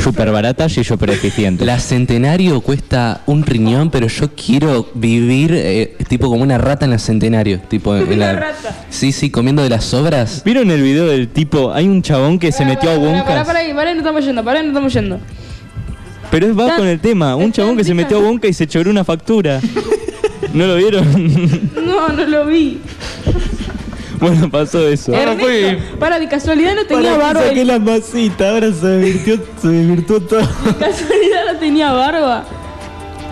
súper baratas y súper eficientes. La centenario cuesta un riñón, pero yo quiero vivir eh, tipo como una rata en la centenario. Tipo, en la- Una rata. Sí, sí, comiendo de las sobras. ¿Vieron el video del tipo? Hay un chabón que se Pará, metió a pará, Pará, Wonkas. pará, pará, pará, no estamos yendo, pará, no estamos yendo. Pero es va Está- con el tema. Un está chabón que se en metió a Texas. Wonka y se choró una factura. ¿No lo vieron? No, no lo vi. bueno, pasó eso. Eh, no fui. Ernesto, para, de casualidad no tenía barba. Saqué De la masita, ahora se divirtió, se divirtió todo. casualidad no tenía barba.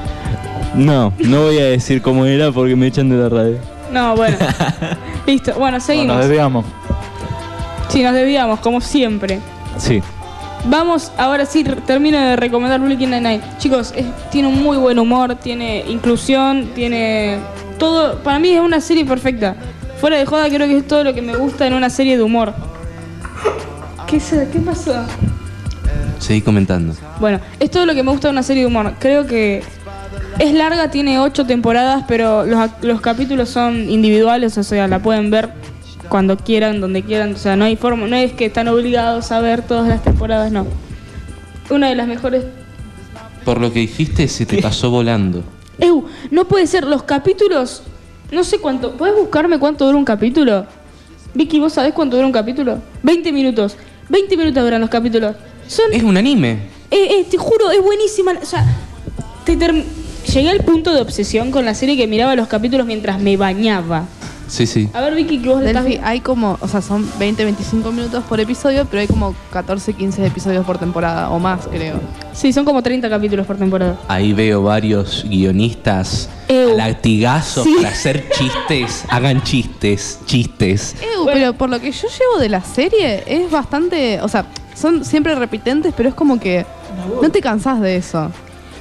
No, no voy a decir cómo era porque me echan de la radio. No, bueno. Listo, bueno, Bueno, seguimos. nos desviamos. Sí, nos debíamos, como siempre. Sí. Vamos, ahora sí, re- termino de recomendar Brooklyn Nine-Nine. Chicos, es- tiene un muy buen humor, tiene inclusión, tiene todo. Para mí es una serie perfecta. Fuera de joda, creo que es todo lo que me gusta en una serie de humor. ¿Qué, se- qué pasó? Seguí comentando. Bueno, es todo lo que me gusta de una serie de humor. Creo que es larga, tiene ocho temporadas, pero los, ac- los capítulos son individuales, o sea, la pueden ver cuando quieran, donde quieran. O sea, no hay forma, no es que están obligados a ver todas las temporadas, no. Una de las mejores. Por lo que dijiste, se te pasó volando. ¡Ew! No puede ser, los capítulos. No sé cuánto. ¿Puedes buscarme cuánto dura un capítulo? Vicky, ¿vos sabés cuánto dura un capítulo? 20 minutos. 20 minutos duran los capítulos. Son Es un anime. Eh, eh, te juro, es buenísima. O sea, te term- llegué al punto de obsesión con la serie que miraba los capítulos mientras me bañaba. Sí, sí. A ver, Vicky, que vos la estás Delphi, vi- hay como, o sea, son 20, 25 minutos por episodio, pero hay como 14, 15 episodios por temporada o más, creo. Sí, son como 30 capítulos por temporada. Ahí veo varios guionistas Ew. a latigazos Sí. para hacer chistes. Hagan chistes, chistes. Ew, pero por lo que yo llevo de la serie, es bastante, o sea, son siempre repitentes, pero es como que no te cansás de eso.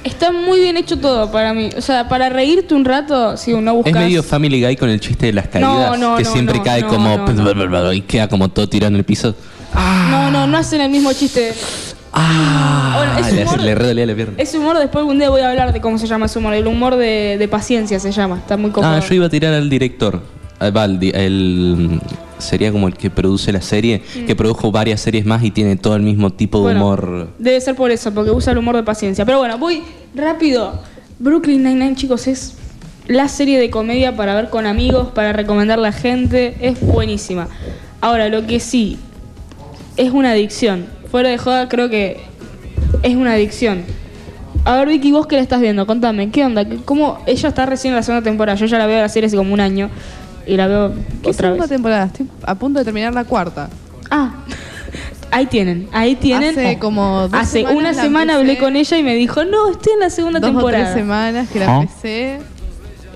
Está muy bien hecho todo para mí. O sea, para reírte un rato, si no buscas. Es medio Family Guy con el chiste de las caídas, no, que no, siempre no, cae no, como no, no. y queda como todo tirado en el piso. No, no, no hacen el mismo chiste. Ah, Bueno, es le, humor- le re dolía la pierna. Ese humor, después algún día voy a hablar de cómo se llama ese humor. El humor de, de paciencia se llama. Está muy cómodo. Ah, yo iba a tirar al director, a Baldi, el sería como el que produce la serie, que produjo varias series más y tiene todo el mismo tipo de Mm. Bueno, humor. Debe ser por eso, porque usa el humor de paciencia. Pero bueno, voy rápido. Brooklyn Nine-Nine, chicos, es la serie de comedia para ver con amigos, para recomendar a la gente. Es buenísima. Ahora, lo que sí, es una adicción. Fuera de joda, creo que es una adicción. A ver, Vicky, vos que la estás viendo, contame, ¿qué onda? ¿Cómo ella está recién en la segunda temporada? Yo ya la veo la serie hace como un año y la veo ¿Qué otra segunda vez. temporada? Estoy a punto de terminar la cuarta. Ah, ahí tienen, ahí tienen. Oh. Hace como dos Hace semanas una la semana hablé empecé. con ella y me dijo, no, estoy en la segunda dos temporada. o tres semanas que la ¿Ah? empecé.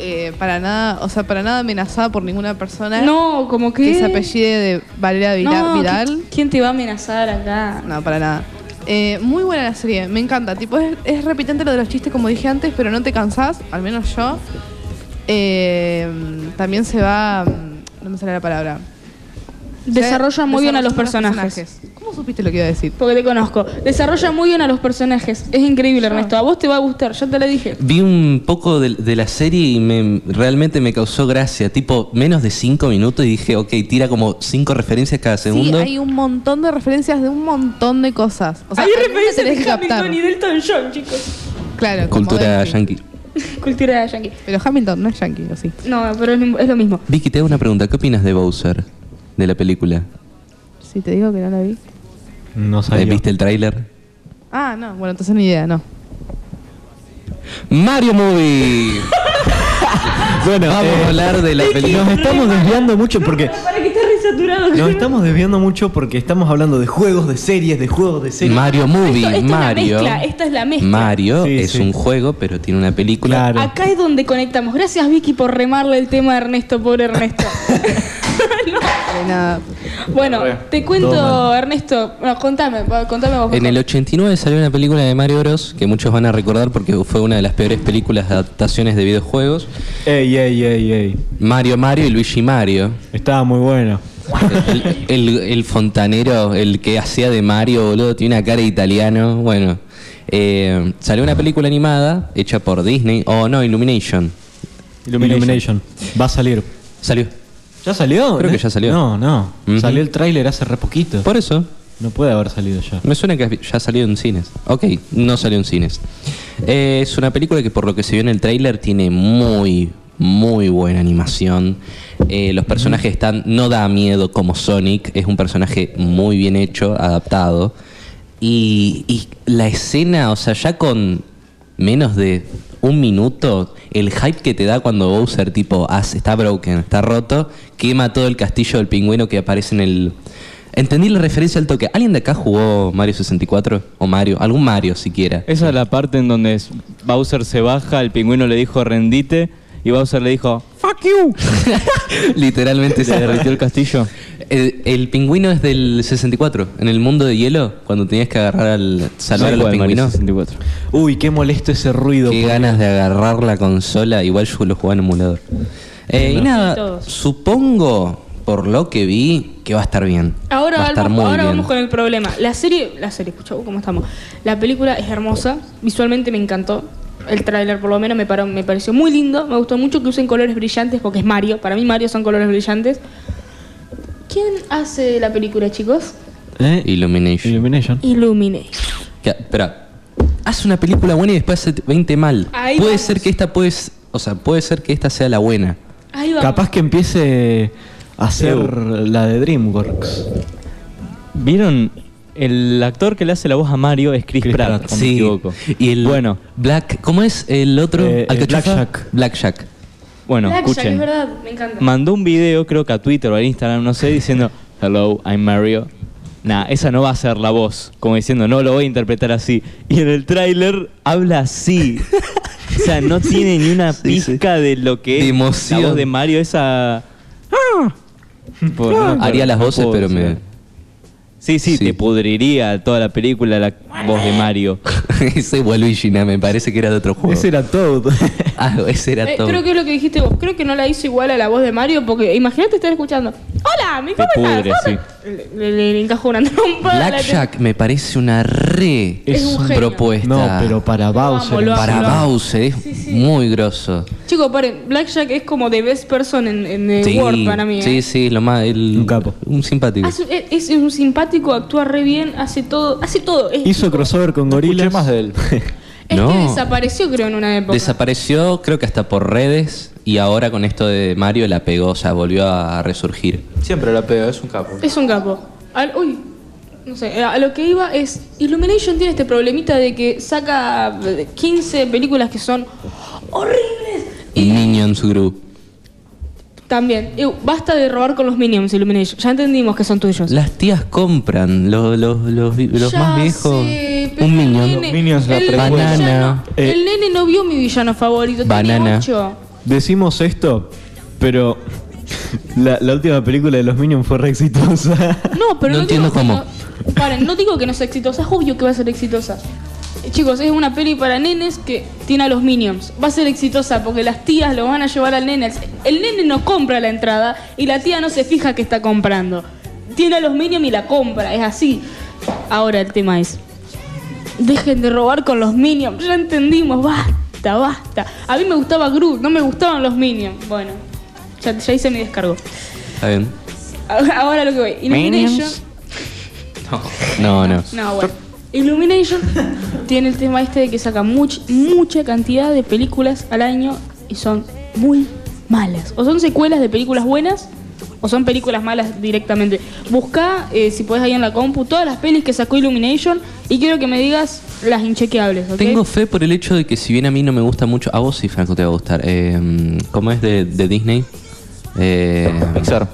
eh, para nada, o sea, para nada amenazada por ninguna persona No, como que... que se apellide de Valeria Vila- No, Vidal. ¿qui- ¿Quién te va a amenazar acá? No, para nada. Eh, muy buena la serie, me encanta. Tipo, es, es repitente lo de los chistes, como dije antes, pero no te cansás, al menos yo. Eh, también se va. mm, No me sale la palabra. Desarrolla Se- muy bien a los desarrolla personajes. ¿Cómo supiste lo que iba a decir? Porque te conozco. Desarrolla muy bien a los personajes. Es increíble, Ya. Ernesto. A vos te va a gustar, ya te lo dije. Vi un poco de, de la serie y me, realmente me causó gracia, tipo menos de cinco minutos y dije, ok, tira como cinco referencias cada segundo. Sí, hay un montón de referencias de un montón de cosas. O sea, Hay alguna referencias tenés que de Hamilton captar. y Delton John, chicos. Claro, como Cultura Delphi. yankee. Cultura de Yankee. Pero Hamilton no es yankee, ¿o sí? No, pero es lo- es lo mismo. Vicky, te hago una pregunta, ¿qué opinas de Bowser? De la película. Si te digo que no la vi. No sabía. Eh, Eh, ¿Viste el tráiler? Ah, no, bueno, entonces ni idea, no. Mario Movie. Bueno, Vamos eh, a hablar de la película. Nos eh, estamos desviando mucho porque Para que te risa saturado. Nos con- estamos desviando mucho porque estamos hablando de juegos, de series, de juegos, de series. Mario Movie, Esto- esto es la Mario. mezcla, esta es la mezcla. Mario Sí, es sí. un juego, pero tiene una película. Claro. Acá es donde conectamos. Gracias, Vicky, por remarle el tema a Ernesto, pobre Ernesto. De nada. bueno, te cuento, Ernesto. Bueno, contame, va, contame vos. En el 89 salió una película de Mario Bros. que muchos van a recordar porque fue una de las peores películas de adaptaciones de videojuegos. Ey, ey, ey, ey. Mario Mario y Luigi Mario. Estaba muy bueno. El, el- el fontanero, el que hacía de Mario, boludo, tiene una cara de italiano. Bueno, eh, salió una película animada hecha por Disney. Oh, no, Illumination. Illumination. Va a salir. Salió. ¿Ya salió? ¿Eh? Creo que ya salió. No, no. Ujú. Salió el tráiler hace re poquito. Por eso, No puede haber salido ya. me suena que ya salió en cines. Ok, no salió en cines. Eh, es una película que por lo que se vio en el tráiler tiene muy, muy buena animación. Eh, los personajes están, no da miedo como Sonic, es un personaje muy bien hecho, adaptado. Y, y la escena, o sea, ya con menos de un minuto, el hype que te da cuando Bowser tipo "As- está broken, está roto, quema todo el castillo del pingüino que aparece en el... Entendí la referencia al toque. ¿Alguien de acá jugó Mario 64? ¿O Mario? Algún Mario siquiera. Esa es la parte en donde es- Bowser se baja, el pingüino le dijo rendite y Bowser le dijo fuck you. Literalmente Se se derritió el castillo. El, el pingüino es del 64. En el mundo de hielo, cuando tenías que agarrar al. salvar a los Mario pingüinos. 64. Uy, qué molesto ese ruido. Qué por- ganas de agarrar la consola. Igual yo lo jugaba en emulador. Eh, y Sí, nada, todos. supongo, por lo que vi, que va a estar bien. Ahora, va a estar vamos, muy ahora bien. vamos con el problema. La serie, la serie, escucha, uh, ¿cómo estamos? La película es hermosa, visualmente me encantó. El tráiler por lo menos me, paró- me pareció muy lindo, me gustó mucho que usen colores brillantes porque es Mario, para mí Mario son colores brillantes. ¿Quién hace la película, chicos? ¿Eh? Illumination. Illumination. Illumine. Que- espera. Hace una película buena y después hace 20 mal. Ahí puede vamos. ser que esta puede, s- o sea, puede ser que esta sea la buena. Ahí vamos. Capaz que empiece a hacer la de DreamWorks. ¿Vieron? El actor que le hace la voz a Mario es Chris, Chris Pratt, Pratt, si no me equivoco. Y el Bueno, Black, ¿cómo es el otro? Eh, eh, ¿Alcachofa? Blackjack. Blackjack. bueno, Blackjack, es escuchen. verdad, me encanta. mandó un video, creo que a Twitter o a Instagram, no sé, diciendo Hello, I'm Mario. Nah, esa no va a ser la voz. Como diciendo, no lo voy a interpretar así. Y en el tráiler habla así. o sea, no tiene ni una Sí, sí. pizca de lo que De es emoción. la voz de Mario, esa... Ah. Por- no, por- Ah. Haría las no voces, puedo pero decir. me. Sí, sí, Sí. te pudriría toda la película la voz de Mario. Ese Waluigi, nah, me parece que era de otro juego. Ese era Toad. Ah, ese era Eh, todo. creo que es lo que dijiste vos, creo que no la hizo igual a la voz de Mario porque imagínate estar escuchando. Hola, mi Te ¿cómo estás? pudre, ¿Cómo-" Le, le- le encajó una trompa. a la Blackjack me parece una re Es un genio. propuesta. No, pero para Lo amo, Bowser. lo amo. Para Bowser es Sí, sí. muy grosso. Chicos, paren, Blackjack es como the best person en, en eh, Word para mí. sí, eh. sí, lo más. el- Un capo. Un simpático. Hace- eh, es, es un simpático, actúa re bien, hace todo, hace todo. Es- Hizo crossover con gorilas. Escuché más de él. es No. que desapareció creo en una época. Desapareció, creo que hasta por redes. Y ahora con esto de Mario la pegó, o sea, volvió a resurgir. Siempre la pega, es un capo. es un capo. Al- uy, no sé, eh, a lo que iba es, Illumination tiene este problemita de que saca eh, 15 películas que son horribles. Y Minions Group. también, eh, basta de robar con los Minions, Illumination. Ya entendimos que son tuyos. Las tías compran lo- lo- los, vi- los Ya más viejos. sé, pero un el minion. nene- Minions la el precuela. villano- Banana. Eh. el nene no vio mi villano favorito. tenía Banana. ocho. Decimos esto, pero la, la última película de los Minions fue re exitosa. No, pero No no, digo entiendo que cómo. no- paren, no digo que no sea exitosa, es obvio que va a ser exitosa. Eh, Chicos, es una peli para nenes que tiene a los minions. Va a ser exitosa porque las tías lo van a llevar al nene. El nene no compra la entrada y la tía no se fija que está comprando. Tiene a los minions y la compra, es así. Ahora el tema es, dejen de robar con los minions. Ya entendimos, basta, basta. A mí me gustaba Groot, no me gustaban los minions. Bueno, ya, ya hice mi descargo. Está bien. Ahora lo que voy. Illumination. No, no. No, bueno. Illumination tiene el tema este de que saca much- mucha cantidad de películas al año y son muy malas. O son secuelas de películas buenas o son películas malas directamente. Busca, eh, si podés ahí en la compu, todas las pelis que sacó Illumination y quiero que me digas las inchequeables, ¿ok? Tengo fe por el hecho de que si bien a mí no me gusta mucho, a vos sí, Franco, te va a Em, gustar. Eh, ¿Cómo es de, de Disney? Eh, Pixar.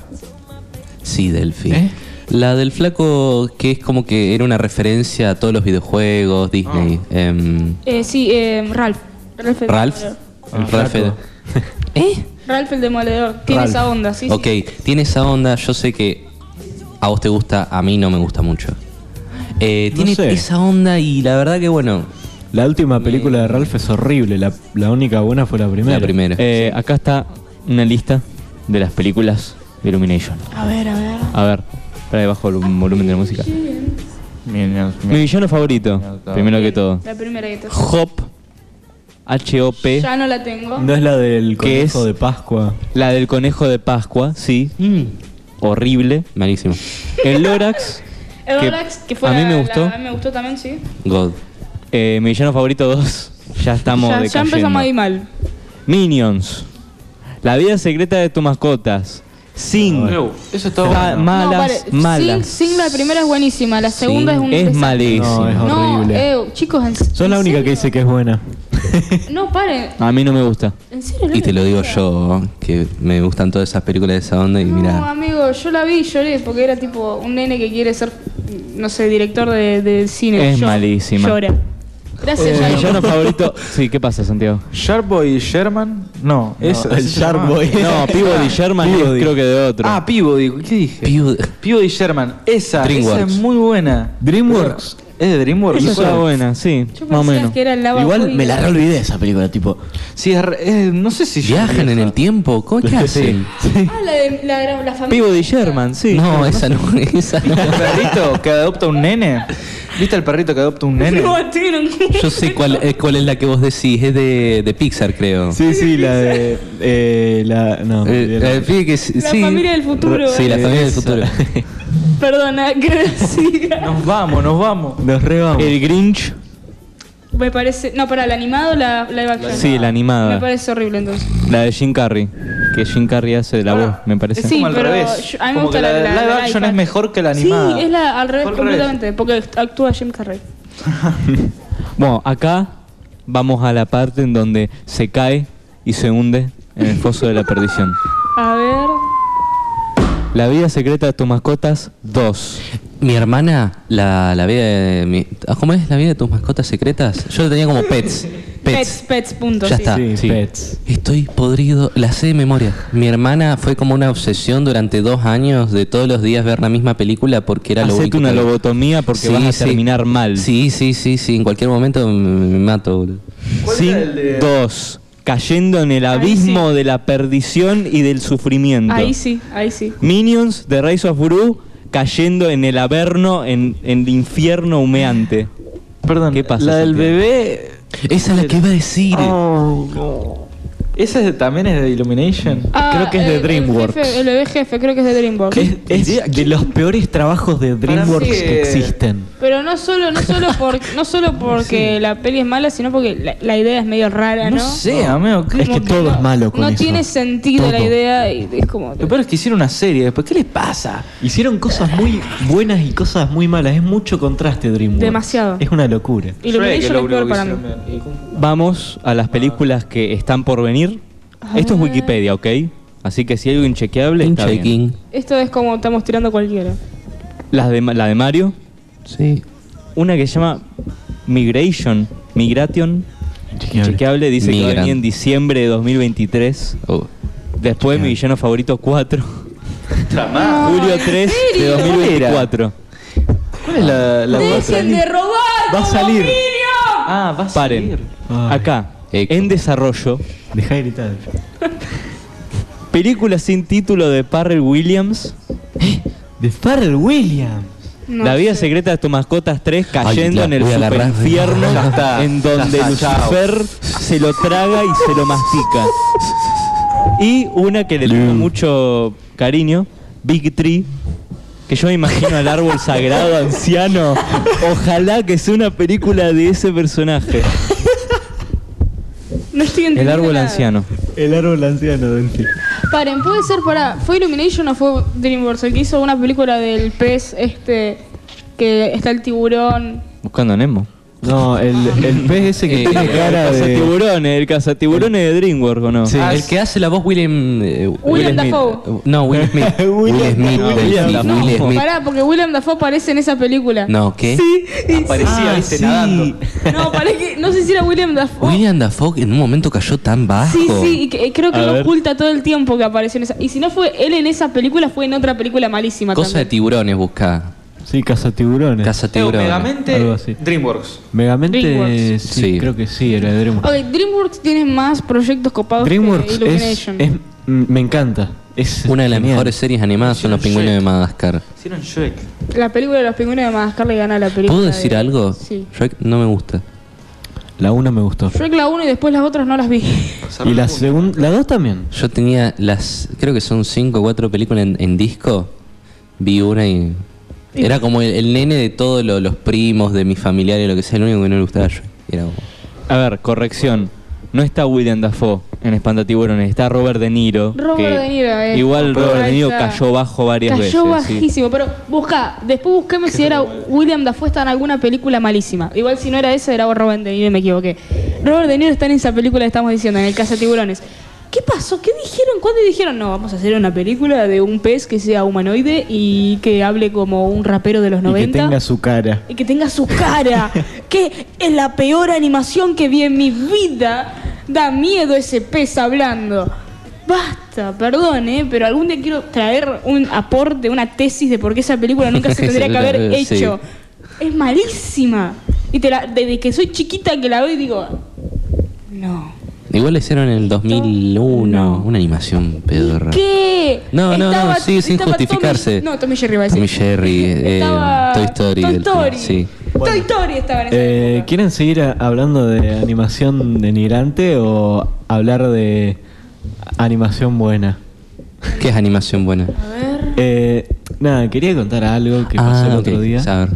Sí, Delphi. ¿Eh? La del flaco que es como que era una referencia a todos los videojuegos, Disney. Ah. Em, Eh, sí, eh, Ralph. Ralph. el Ralph. Demoledor. Ah, El Ralph era- ¿Eh? Ralph el Demoledor. Tiene Ralph. esa onda, sí. sí. ok, tiene esa onda, yo sé que a vos te gusta, a mí no me gusta mucho. Eh, No tiene sé. esa onda y la verdad que bueno, La última película de Ralph es horrible. La, la única buena fue la primera. la primera. Eh, acá está una lista de las películas de Illumination. A ver, a ver. A ver, para debajo el volumen de la música. Mi villano favorito, primero que todo. La primera que te Hop, H-O-P, Ya no la tengo. No es la del ¿Qué conejo es? de Pascua. la del conejo de Pascua, sí, horrible. Malísimo. El Lorax, El que Rolex, que fue a mí la- me la- gustó. a mí me gustó también, sí. God. eh, mi villano favorito 2, ya estamos Ya, ya decayendo. empezamos ahí mal. Minions, La vida secreta de tus mascotas, Sing, No, Uh, eso está Ma- bueno. malas, no, pare- malas. Sing, Sing, la primera es buenísima, la segunda es un es desastre. malísimo. No, es No, horrible. eh, chicos, en Sos la en única que dice serio. que es buena. No, paren. A mí no me gusta. En serio, Y te lo digo yo yo, que me gustan todas esas películas de esa onda y No, mira, amigo, yo la vi y lloré porque era tipo un nene que quiere ser, no sé, director de, de cine. Es Yo- malísima. Eh, Llora. Gracias, Mi Jairo. villano favorito. Sí, ¿qué pasa, Santiago? Sharkboy y Sherman. No, es el Sharkboy. No, Peabody Sherman es Peabody. creo que de otro. Ah, Peabody. ¿Qué dije? Pew- Peabody y Sherman. Esa, esa DreamWorks. es muy buena. DreamWorks. Es de DreamWorks. Esa ¿no? está buena, sí, Yo más o pensaba menos. que era el lava Igual Boy. me la reolvidé esa película, tipo. Sí, es re- es- no sé si yo viajan vi en esa. el tiempo, ¿cómo qué hacen? Ah, la de la, gra- la familia. Peabody Sherman, sí. No, esa no, esa no. ¿El perrito que adopta un nene? ¿Viste el perrito que adopta un nene? No, tiene un- Yo sé cuál, eh, cuál es la que vos decís, es de, de Pixar, creo. Sí, sí, la de. eh, la, no, Eh, la, la- sí, que sí- La sí. familia del futuro. Sí, la familia del futuro. Perdona, que siga. Nos vamos, nos vamos. nos rebamos. El Grinch, Me parece. No, para el animado o la live action. sí, la Me animada. parece horrible entonces. La de Jim Carrey, que Jim Carrey hace la voz, me parece. Sí, como al pero revés. yo- a mí me Como gusta que la- la, la- live la action live es mejor que la animada. Sí, es la al revés Fue al revés. completamente, porque actúa Jim Carrey. Bueno, acá vamos a la parte en donde se cae y se hunde en el foso de la perdición. A ver. La vida secreta de tus mascotas 2. Mi hermana, la, la vida de mi- ah, ¿Cómo es la vida de tus mascotas secretas? Yo la tenía como pets. Pets, Pets. pets, punto. Ya sí. está. sí, sí. Pets. Estoy podrido, la sé de memoria. Mi hermana fue como una obsesión durante dos años de todos los días ver la misma película porque era lo Hacete único una que- lobotomía porque Sí, vas a sí. terminar mal. Sí, sí, sí, sí. En cualquier momento me, me mato, boludo. Sin dos, cayendo en el abismo de la perdición y del sufrimiento. Ahí sí, ahí sí. Minions de Rise of Gru cayendo en el averno, en, en el infierno humeante. Perdón, ¿Qué pasa, la del Santiago? bebé. Esa es la que iba a decir. Oh, no. ¿Esa es de- también es de Illumination? Creo que es Ah, de el- el DreamWorks. jefe- El bebé jefe, creo que es de DreamWorks. Es, de los peores trabajos de DreamWorks mí, que eh, existen. Pero no solo, no solo, por, no solo porque la peli es mala, sino porque la, la idea es medio rara, ¿no? No sé, amigo. ¿qué? Es que todo es malo con No eso. tiene sentido la Todo. idea y es como... Lo peor es que hicieron una serie. Después, ¿qué les pasa? Hicieron cosas muy buenas y cosas muy malas. Es mucho contraste DreamWorks. Demasiado. Es una locura. Illumination es peor para mí. Vamos a las películas que están por venir. A Esto es ver. Wikipedia, ¿ok? Así que si hay algo inchequeable, Un está bien. check-in. Esto es como estamos tirando cualquiera. Las de, la de Mario. Sí. Una que se llama Migration. Migration. Inchequeable. Inchequeable. Dice que va a venir Migrant. en diciembre de 2023. Oh. Después mi villano favorito 4. Julio 3 de 2024. ¿Cuál es la, la ¡Dejen de robar! Va a salir. Ah, va a Paren. salir. Ay, Acá, Eco. en desarrollo, Dejá de gritar. película sin título de Parrell Williams, De Pharrell Williams. No La vida sé. secreta de tus mascotas 3 cayendo la en el voy a agarrar. infierno Ya está, en ya donde está, chao. Lucifer se lo traga y se lo mastica. Y una que le tengo mucho cariño, Big Tree, que yo me imagino al árbol sagrado anciano. Ojalá que sea una película de ese personaje. No estoy El entendiendo árbol nada. anciano. El árbol anciano del film. Paren, puede ser para. ¿Fue Illumination o fue DreamWorks? El que hizo una película del pez este. Que está el tiburón. Buscando a Nemo. No, el, el pez ese que Eh, tiene el cara de. Cazatiburones, el cazatiburones de DreamWorks, ¿o no? Ah, Sí. el que hace la voz William. eh, William Smith. Dafoe. No, Will Smith. Will Smith. No, del- William Will Dafoe. Smith. Pará, porque William Dafoe aparece en esa película. No, ¿qué? Sí, y- Aparecía, Ah, viste, sí. nadando. No, parece que. No sé si era William Dafoe. William Dafoe en un momento cayó tan bajo. Sí, sí, y que- eh, creo que A lo ver. oculta todo el tiempo que apareció en esa. Y si no fue él en esa película, fue en otra película malísima Cosa de también. tiburones buscá. Sí, cazatiburones. Casa tiburones. Megamente, Algo así. DreamWorks. Megamente, DreamWorks. sí, Sí. creo que sí, era de DreamWorks. Ok, DreamWorks tiene más proyectos copados DreamWorks que es, Illumination. es- m- me encanta. Es Una de las genial. mejores series animadas son Los pingüinos de Madagascar. Hicieron Shrek. La película de los pingüinos de Madagascar le gana a la película. ¿Puedo de- decir algo? Sí. Shrek no me gusta. La 1 me gustó. Shrek la 1 y después las otras no las vi. Y la segunda, la 2 también. Yo tenía las, creo que son cinco o cuatro películas en, en disco. Vi una y... Era como el, el nene de todos lo- los primos, de mis familiares, lo que sea, el único que no le gustaba a Shrek. Era como- A ver, corrección. No está William Dafoe en Espantatiburones, está Robert De Niro. Robert que De Niro, eh. Igual Robert De Niro Esa- cayó bajo varias Cayó veces. sí. bajísimo, pero busca, después busquemos si era William Dafoe está en alguna película malísima. Igual si no era esa, era Robert De Niro y me equivoqué. Robert De Niro está en esa película que estamos diciendo, en el Casa Tiburones. ¿Qué pasó? ¿Qué dijeron? ¿Cuándo dijeron? No, vamos a hacer una película de un pez que sea humanoide y que hable como un rapero de los Y 90. que tenga su cara. y que tenga su cara. que es la peor animación que vi en mi vida. Da miedo ese pez hablando. Basta, perdón, ¿eh? pero algún día quiero traer un aporte, una tesis de por qué esa película nunca se tendría que haber Sí. hecho. Es malísima. Y te la- desde que soy chiquita que la veo y digo, no. Igual le hicieron en el 2001 No. una animación pedorra. ¿Qué? No, no, Estaba- no, sí, sin estaba Tommy- justificarse. no, Tommy Jerry iba a decir. Tommy Jerry, eh, Estaba Toy Story. Toy del- Story. sí. Toy Story estaba en esa Eh, película. ¿Quieren seguir a- hablando de animación denigrante o hablar de animación buena? ¿Qué es animación buena? A ver. Eh, nada, quería contar algo que pasó el Ah, otro ok, día. a ver.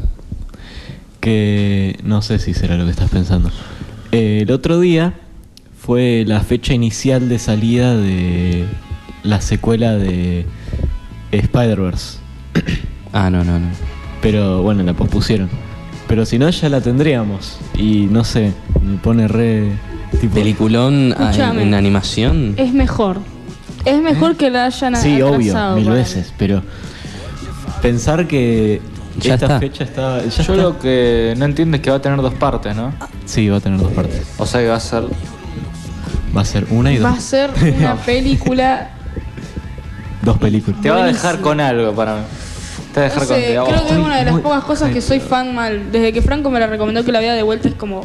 que no sé si será lo que estás pensando. Eh, el otro día fue la fecha inicial de salida de la secuela de Spider-Verse. Ah, no, no, no. Pero bueno, la pospusieron. Pero si no, ya la tendríamos. Y no sé, me pone re. Tipo, Peliculón ah, en, Escúchame. en animación. Es mejor. Es mejor que la hayan ¿Eh? Sí, atrasado obvio, mil para mí. veces. Pero pensar que Ya esta está. fecha está. ya está. Yo lo que no entiendo es que va a tener dos partes, ¿no? Sí, va a tener dos partes. O sea que va a ser. Va a ser una y Va a dos. ser una película. Dos películas. Te va a dejar Buenísimo. con algo para mí. Te va a No dejar sé, con. oh, creo que es una de las muy- pocas cosas que soy fan mal. Desde que Franco me la recomendó que la vea de vuelta es como.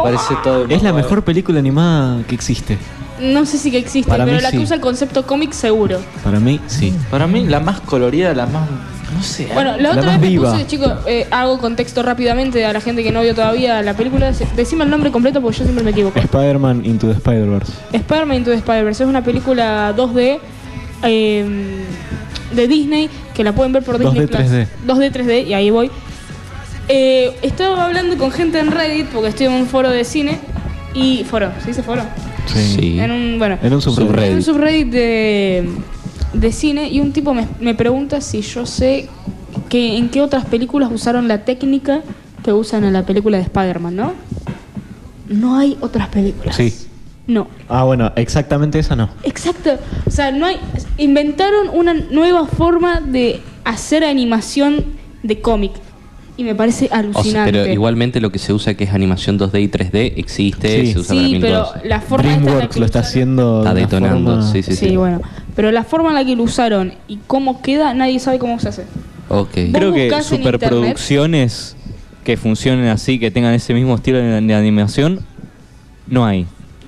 Aparece todo. Es la mejor película animada que existe. No sé si que existe, Para pero mí la sí. que usa el concepto cómic seguro. Para mí, sí. Para mí, la más colorida, la más. No sé. Bueno, la La otra más vez viva. me puse, chicos, eh, hago contexto rápidamente a la gente que no vio todavía la película. Se- Decime el nombre completo porque yo siempre me equivoco. Spider-Man Into the Spider-Verse. Spider-Man Into the Spider-Verse es una película 2D eh, de Disney que la pueden ver por 2D, Disney Plus. 3D. 2D, 3D, y ahí voy. Eh, estaba hablando con gente en Reddit porque estoy en un foro de cine y foro, ¿se dice foro? Sí. En un bueno, En un subreddit. Subreddit. en un subreddit de, de cine y un tipo me, me pregunta si yo sé que en qué otras películas usaron la técnica que usan en la película de Spider-Man, ¿no? No hay otras películas. Sí. No, Ah, bueno, exactamente esa no. Exacto. O sea, no hay. Inventaron una nueva forma de hacer animación de cómic. Y me parece O sea, alucinante. pero igualmente lo que se usa que es animación 2D y 3D existe, Sí. se usa para sí, mil pero cosas. la forma esta en la DreamWorks que lo está usaron- haciendo. Está de una detonando, forma- sí, sí, Sí, sí. bueno. Pero la forma en la que lo usaron y cómo queda, nadie sabe cómo se hace. Ok. Creo Vos que buscás en superproducciones que funcionen así, que tengan ese mismo estilo de, de animación, no hay.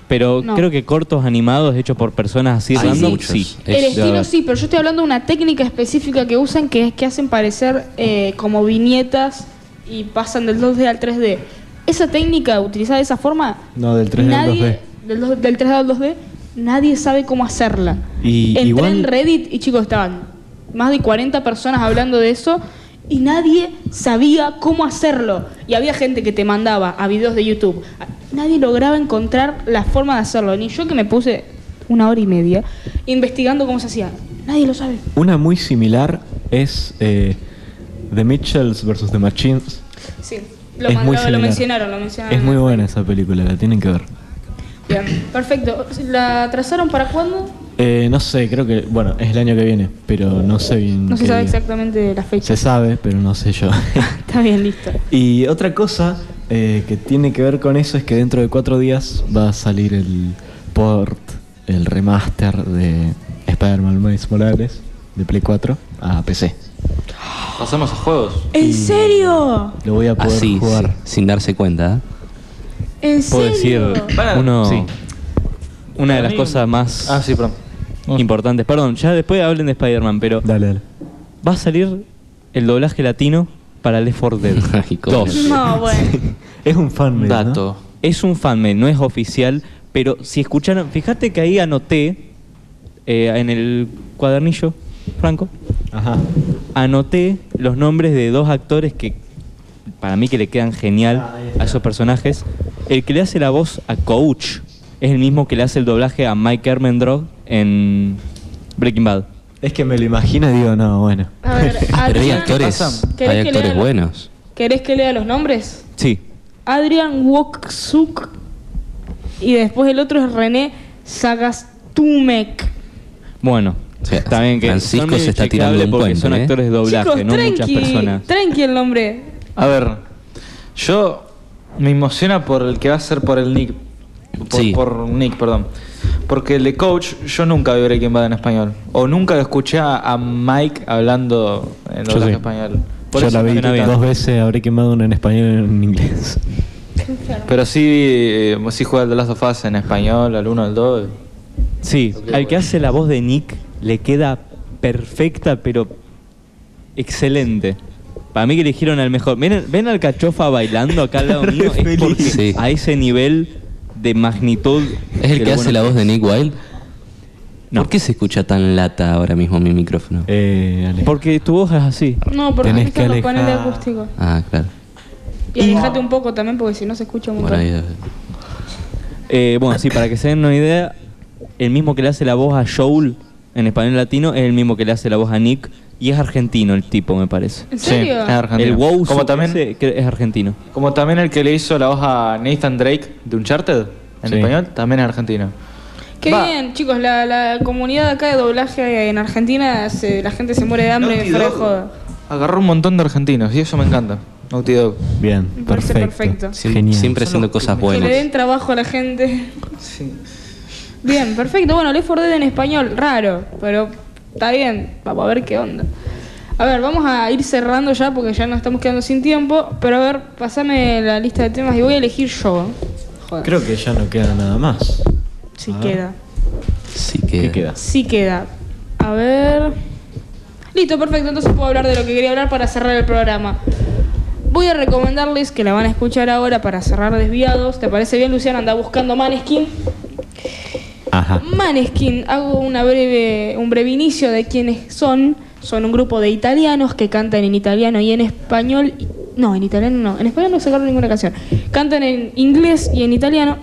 Pero No. creo que cortos animados hechos por personas así Hay random, muchos. sí. Es- El debe estilo haber. sí, pero yo estoy hablando de una técnica específica que usan que es que hacen parecer eh, como viñetas y pasan del 2D al 3D. Esa técnica utilizada de esa forma, No, del 3D al nadie, 2D. Del, dos- del 3D al 2D, nadie sabe cómo hacerla. Y Entré igual- en Reddit y chicos, estaban más de 40 personas hablando de eso y nadie sabía cómo hacerlo. Y había gente que te mandaba a videos de YouTube. Nadie lograba encontrar la forma de hacerlo. Ni yo que me puse una hora y media investigando cómo se hacía. Nadie lo sabe. Una muy similar es eh, The Mitchells vs. The Machines. Sí. Lo, Es man- muy lo- lo similar. mencionaron, lo mencionaron. Es muy buena esa película, la tienen que ver. Bien, perfecto. ¿La trazaron para cuándo? Eh, no sé, creo que, bueno, es el año que viene, pero no sé bien. No se qué sabe día. exactamente la fecha. Se sabe, pero no sé yo. Está bien, listo. y otra cosa eh, que tiene que ver con eso es que dentro de cuatro días va a salir el port, el remaster de Spider-Man Miles Morales de Play 4 a PC. Pasamos a juegos. ¿En serio? Lo voy a poder Así, jugar. sí, sin darse cuenta. ¿eh? ¿En Puedo decir serio? Para- uno, sí. una de las cosas más Ah, sí, perdón. importantes. Perdón, ya después hablen de Spider-Man, pero Dale, dale. va a salir el doblaje latino para Left 4 Dead. Ay, cómo Dos. No, bueno. Es un fan made, Un ¿no? dato. Es un fanmade, no es oficial, pero si escucharon, fíjate que ahí anoté eh, en el cuadernillo, Franco, Ajá. anoté los nombres de dos actores que para mí que le quedan genial a esos personajes. El que le hace la voz a Coach es el mismo que le hace el doblaje a Mike Hermendrog en Breaking Bad. Es que me lo imagino y digo, no, bueno. A ver, Pero hay Adrián- actores, ¿Querés hay que actores lea- buenos. ¿Querés que lea los nombres? Sí. Adrian Woksuk. Y después el otro es René Sagastumek. Bueno, O sea, está bien que Francisco son medio se está tirando chequeables un porque puente, son ¿eh? actores de doblaje, Chicos, no muchas tranqui, personas. tranqui el nombre. A ver, yo me emociona por el que va a ser por el Nick. Por, Sí. por Nick, perdón. Porque el de Coach, yo nunca vi Breaking Bad en español. O nunca lo escuché a, a Mike hablando en Yo doblaje sí. español. Por Yo eso la me vi suena bien. dos veces, habré quemado una en español y una en inglés. Pero sí, eh, sí juega el de Last of Us en español, al 1, al 2. Sí, al que hace la voz de Nick le queda perfecta, pero excelente. Para mí que eligieron al mejor. Miren, ¿Ven al cachofa bailando acá al lado mío? Es porque Sí. a ese nivel de magnitud. ¿Es el pero que hace bueno, la voz de Nick Wilde? No. ¿Por qué se escucha tan lata ahora mismo mi micrófono? Eh, Ale. Porque tu voz es así. No, porque Tenés están que los paneles alejar. acústicos. Ah, claro. Y alejate un poco también porque si no se escucha un Bueno, montón. ahí, eh, Eh, bueno, sí, para que se den una idea, el mismo que le hace la voz a Joel en español latino es el mismo que le hace la voz a Nick y es argentino el tipo, me parece. ¿En serio? es argentino. El wow como también, es argentino. como también el que le hizo la voz a Nathan Drake de Uncharted en Sí. español, también es argentino. Qué Va. bien, chicos, la, la comunidad acá de doblaje en Argentina, se- la gente se muere de hambre, fuera de joda. Agarró un montón de argentinos y eso me encanta. Naughty Dog. Bien, Me parece perfecto. perfecto. siem- Genial. Siempre haciendo cosas Que le den buenas. trabajo a la gente. Sí. Bien, perfecto. Bueno, Left 4 Dead en español, raro, pero está bien. Vamos a ver qué onda. A ver, vamos a ir cerrando ya porque ya nos estamos quedando sin tiempo. Pero a ver, pasame la lista de temas y voy a elegir yo. Joder, Creo que ya no queda nada más. si a ver. queda. Sí ¿Qué que. queda? Sí queda. A ver. Listo, perfecto. Entonces puedo hablar de lo que quería hablar para cerrar el programa. Voy a recomendarles que la van a escuchar ahora para cerrar desviados. ¿Te parece bien, Luciana? Anda buscando Maneskin. Ajá. Maneskin, hago una breve, un breve inicio de quiénes son. Son un grupo de italianos que cantan en italiano y en español. No, en italiano no. En español no sacaron ninguna canción. Cantan en inglés y en italiano.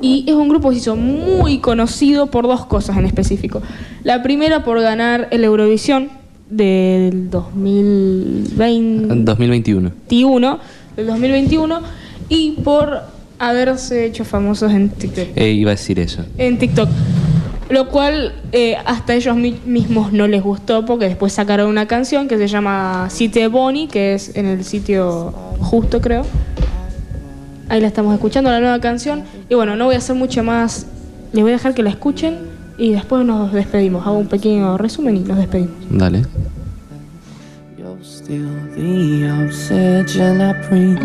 Y es un grupo que se hizo muy conocido por dos cosas en específico. La primera por ganar el Eurovisión del 2020. 2021. 2021, del 2021 y por haberse hecho famosos en TikTok. Eh, iba a decir eso. En TikTok. Lo cual eh, hasta ellos mi- mismos no les gustó porque después sacaron una canción que se llama Site Boni, que es en el sitio justo creo. Ahí la estamos escuchando, la nueva canción. Y bueno, no voy a hacer mucho más. Les voy a dejar que la escuchen y después nos despedimos. Hago un pequeño resumen y nos despedimos. Dale. You're still the obsession I bring.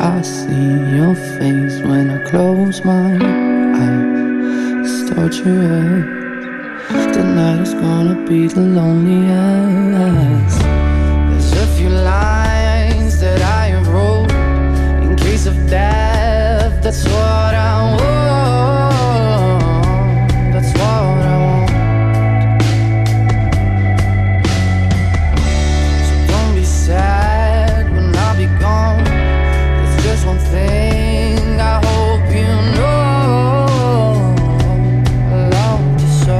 I see your face when I close my eyes. Start your head. Tonight is gonna be the loneliest. There's a few lines that I have wrote in case of death. That's what I want. That's what I want. Don't be sad when I be gone. There's just one thing I hope you know. I love you so.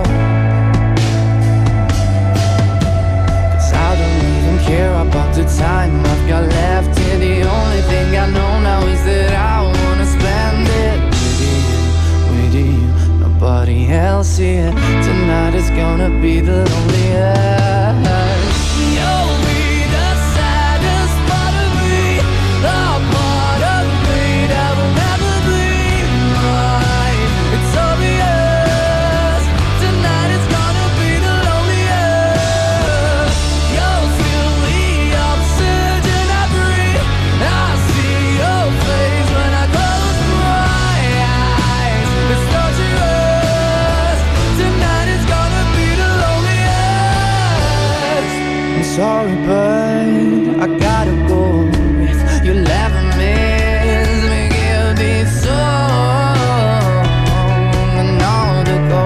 'Cause I don't even care about the time I've got left. You're the only thing I see it. Tonight is gonna be the loneliest. You'll be the saddest part of me, the part of me that will never be mine. It's obvious. Tonight is gonna be the loneliest. You'll feel the oxygen I breathe. I see your face when I close my eyes. It's torturous. Tonight is gonna be the loneliest. I'm sorry, but I gotta go. If you never miss me, give this song another go.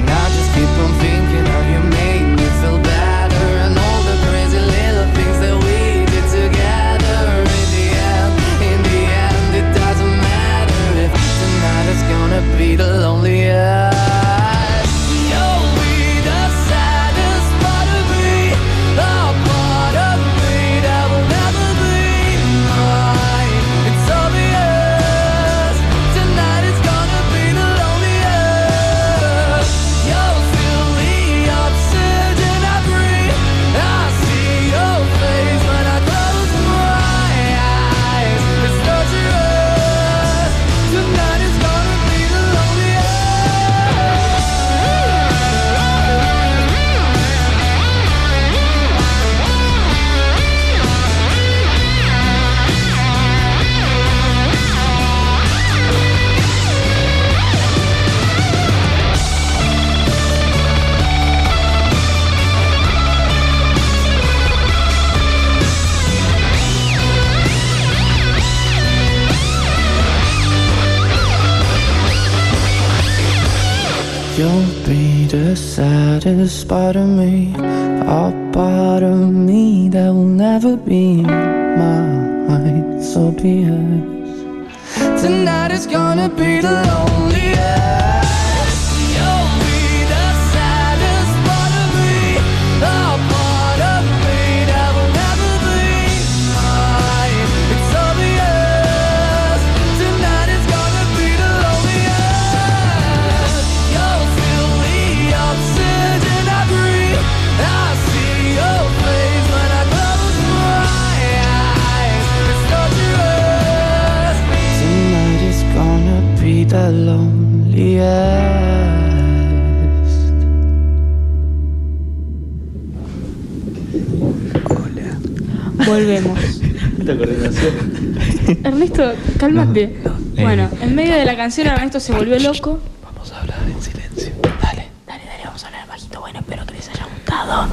And I just keep on thinking how you made me feel better And all the crazy little things that we did together In the end, in the end, it doesn't matter If tonight is gonna be the loneliest You'll be the saddest part of me The part of me that will never be mine It's obvious Tonight is gonna be the loneliest You'll feel the oxygen I breathe I see your face when I close my eyes It's torturous Tonight is gonna be the loneliest You'll be the saddest part of me, a part of me that will never be mine. So be it. Tonight is gonna be the loneliest. You'll be the saddest part of me, a part of me that will never be mine. It's obvious. Tonight is gonna be the loneliest. You'll feel the oxygen I breathe. I see your face when I close my eyes. It's torturous. Tonight is gonna be the loneliest. Volvemos. Ernesto, cálmate. Bueno, en medio de la canción Ernesto se volvió loco. Vamos a hablar en silencio. Dale. Dale, dale, vamos a hablar bajito. Bueno, espero que les haya gustado.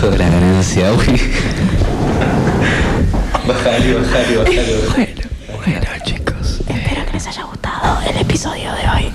Toda la ganancia, uy. Bajale, bajale, bajale. Bueno, chicos. Espero que les haya gustado el episodio de hoy.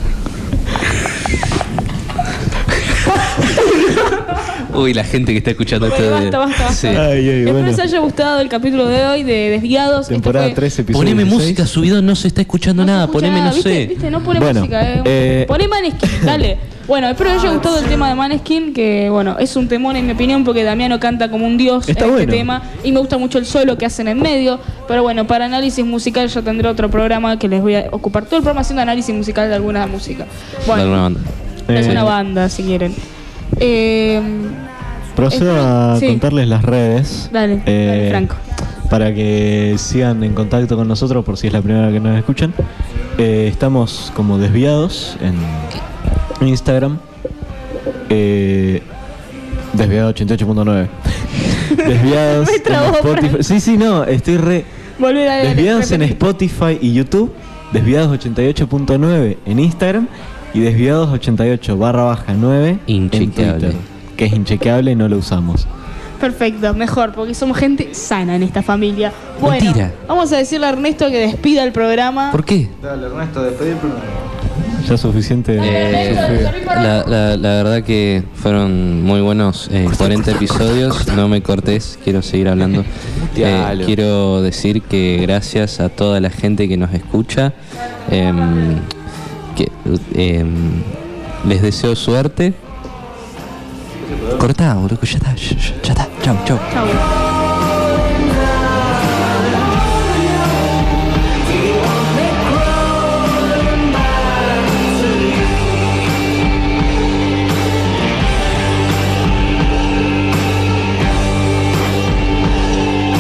Uy, la gente que está escuchando Bueno, esto. de- basta, basta, basta. Sí. Ay, ay, Espero bueno. les haya gustado el capítulo de hoy de Desviados. Esto Temporada Este fue- 3, episodio Poneme 16. música, subido no se está escuchando No se nada. escucha Poneme, nada, no ¿viste? sé. ¿Viste? No pone Bueno, música, eh. eh, Poné Maneskin, dale. Bueno, espero les haya gustado el tema de Maneskin, que bueno, es un temón en mi opinión, porque Damiano canta como un dios Está en bueno. este tema. Y me gusta mucho el solo que hacen en medio. Pero bueno, para análisis musical ya tendré otro programa que les voy a ocupar todo el programa haciendo análisis musical de alguna música. De alguna Bueno, banda. es Eh, una banda si quieren. Eh, Procedo a Este, Sí. contarles las redes. eh, Dale, dale, Franco. Para que sigan en contacto con nosotros por si es la primera que nos escuchan. Eh, estamos como desviados en Instagram. Eh, desviado 88.9. desviados Me trabó, en Spotify. Franco. Sí, sí, no, estoy re... volver a Desviados en repetir. Spotify y YouTube, Desviados 88.9 en Instagram y Desviados 88 barra baja 9 Inchequeable. en Twitter, que es inchequeable y no lo usamos. Perfecto, mejor, porque somos gente sana en esta familia. Bueno, Mentira. vamos a decirle a Ernesto que despida el programa. ¿Por qué? Dale, Ernesto, despedí el programa. Ya suficiente. Eh, la, la- la verdad que fueron muy buenos eh, 40 episodios. No me cortes, quiero seguir hablando. Eh, Mutealo. quiero decir que gracias a toda la gente que nos escucha. em, que, em, les deseo suerte. Cortá, boludo, ya está, ya, ya- ya está. Chau, chau. Chau.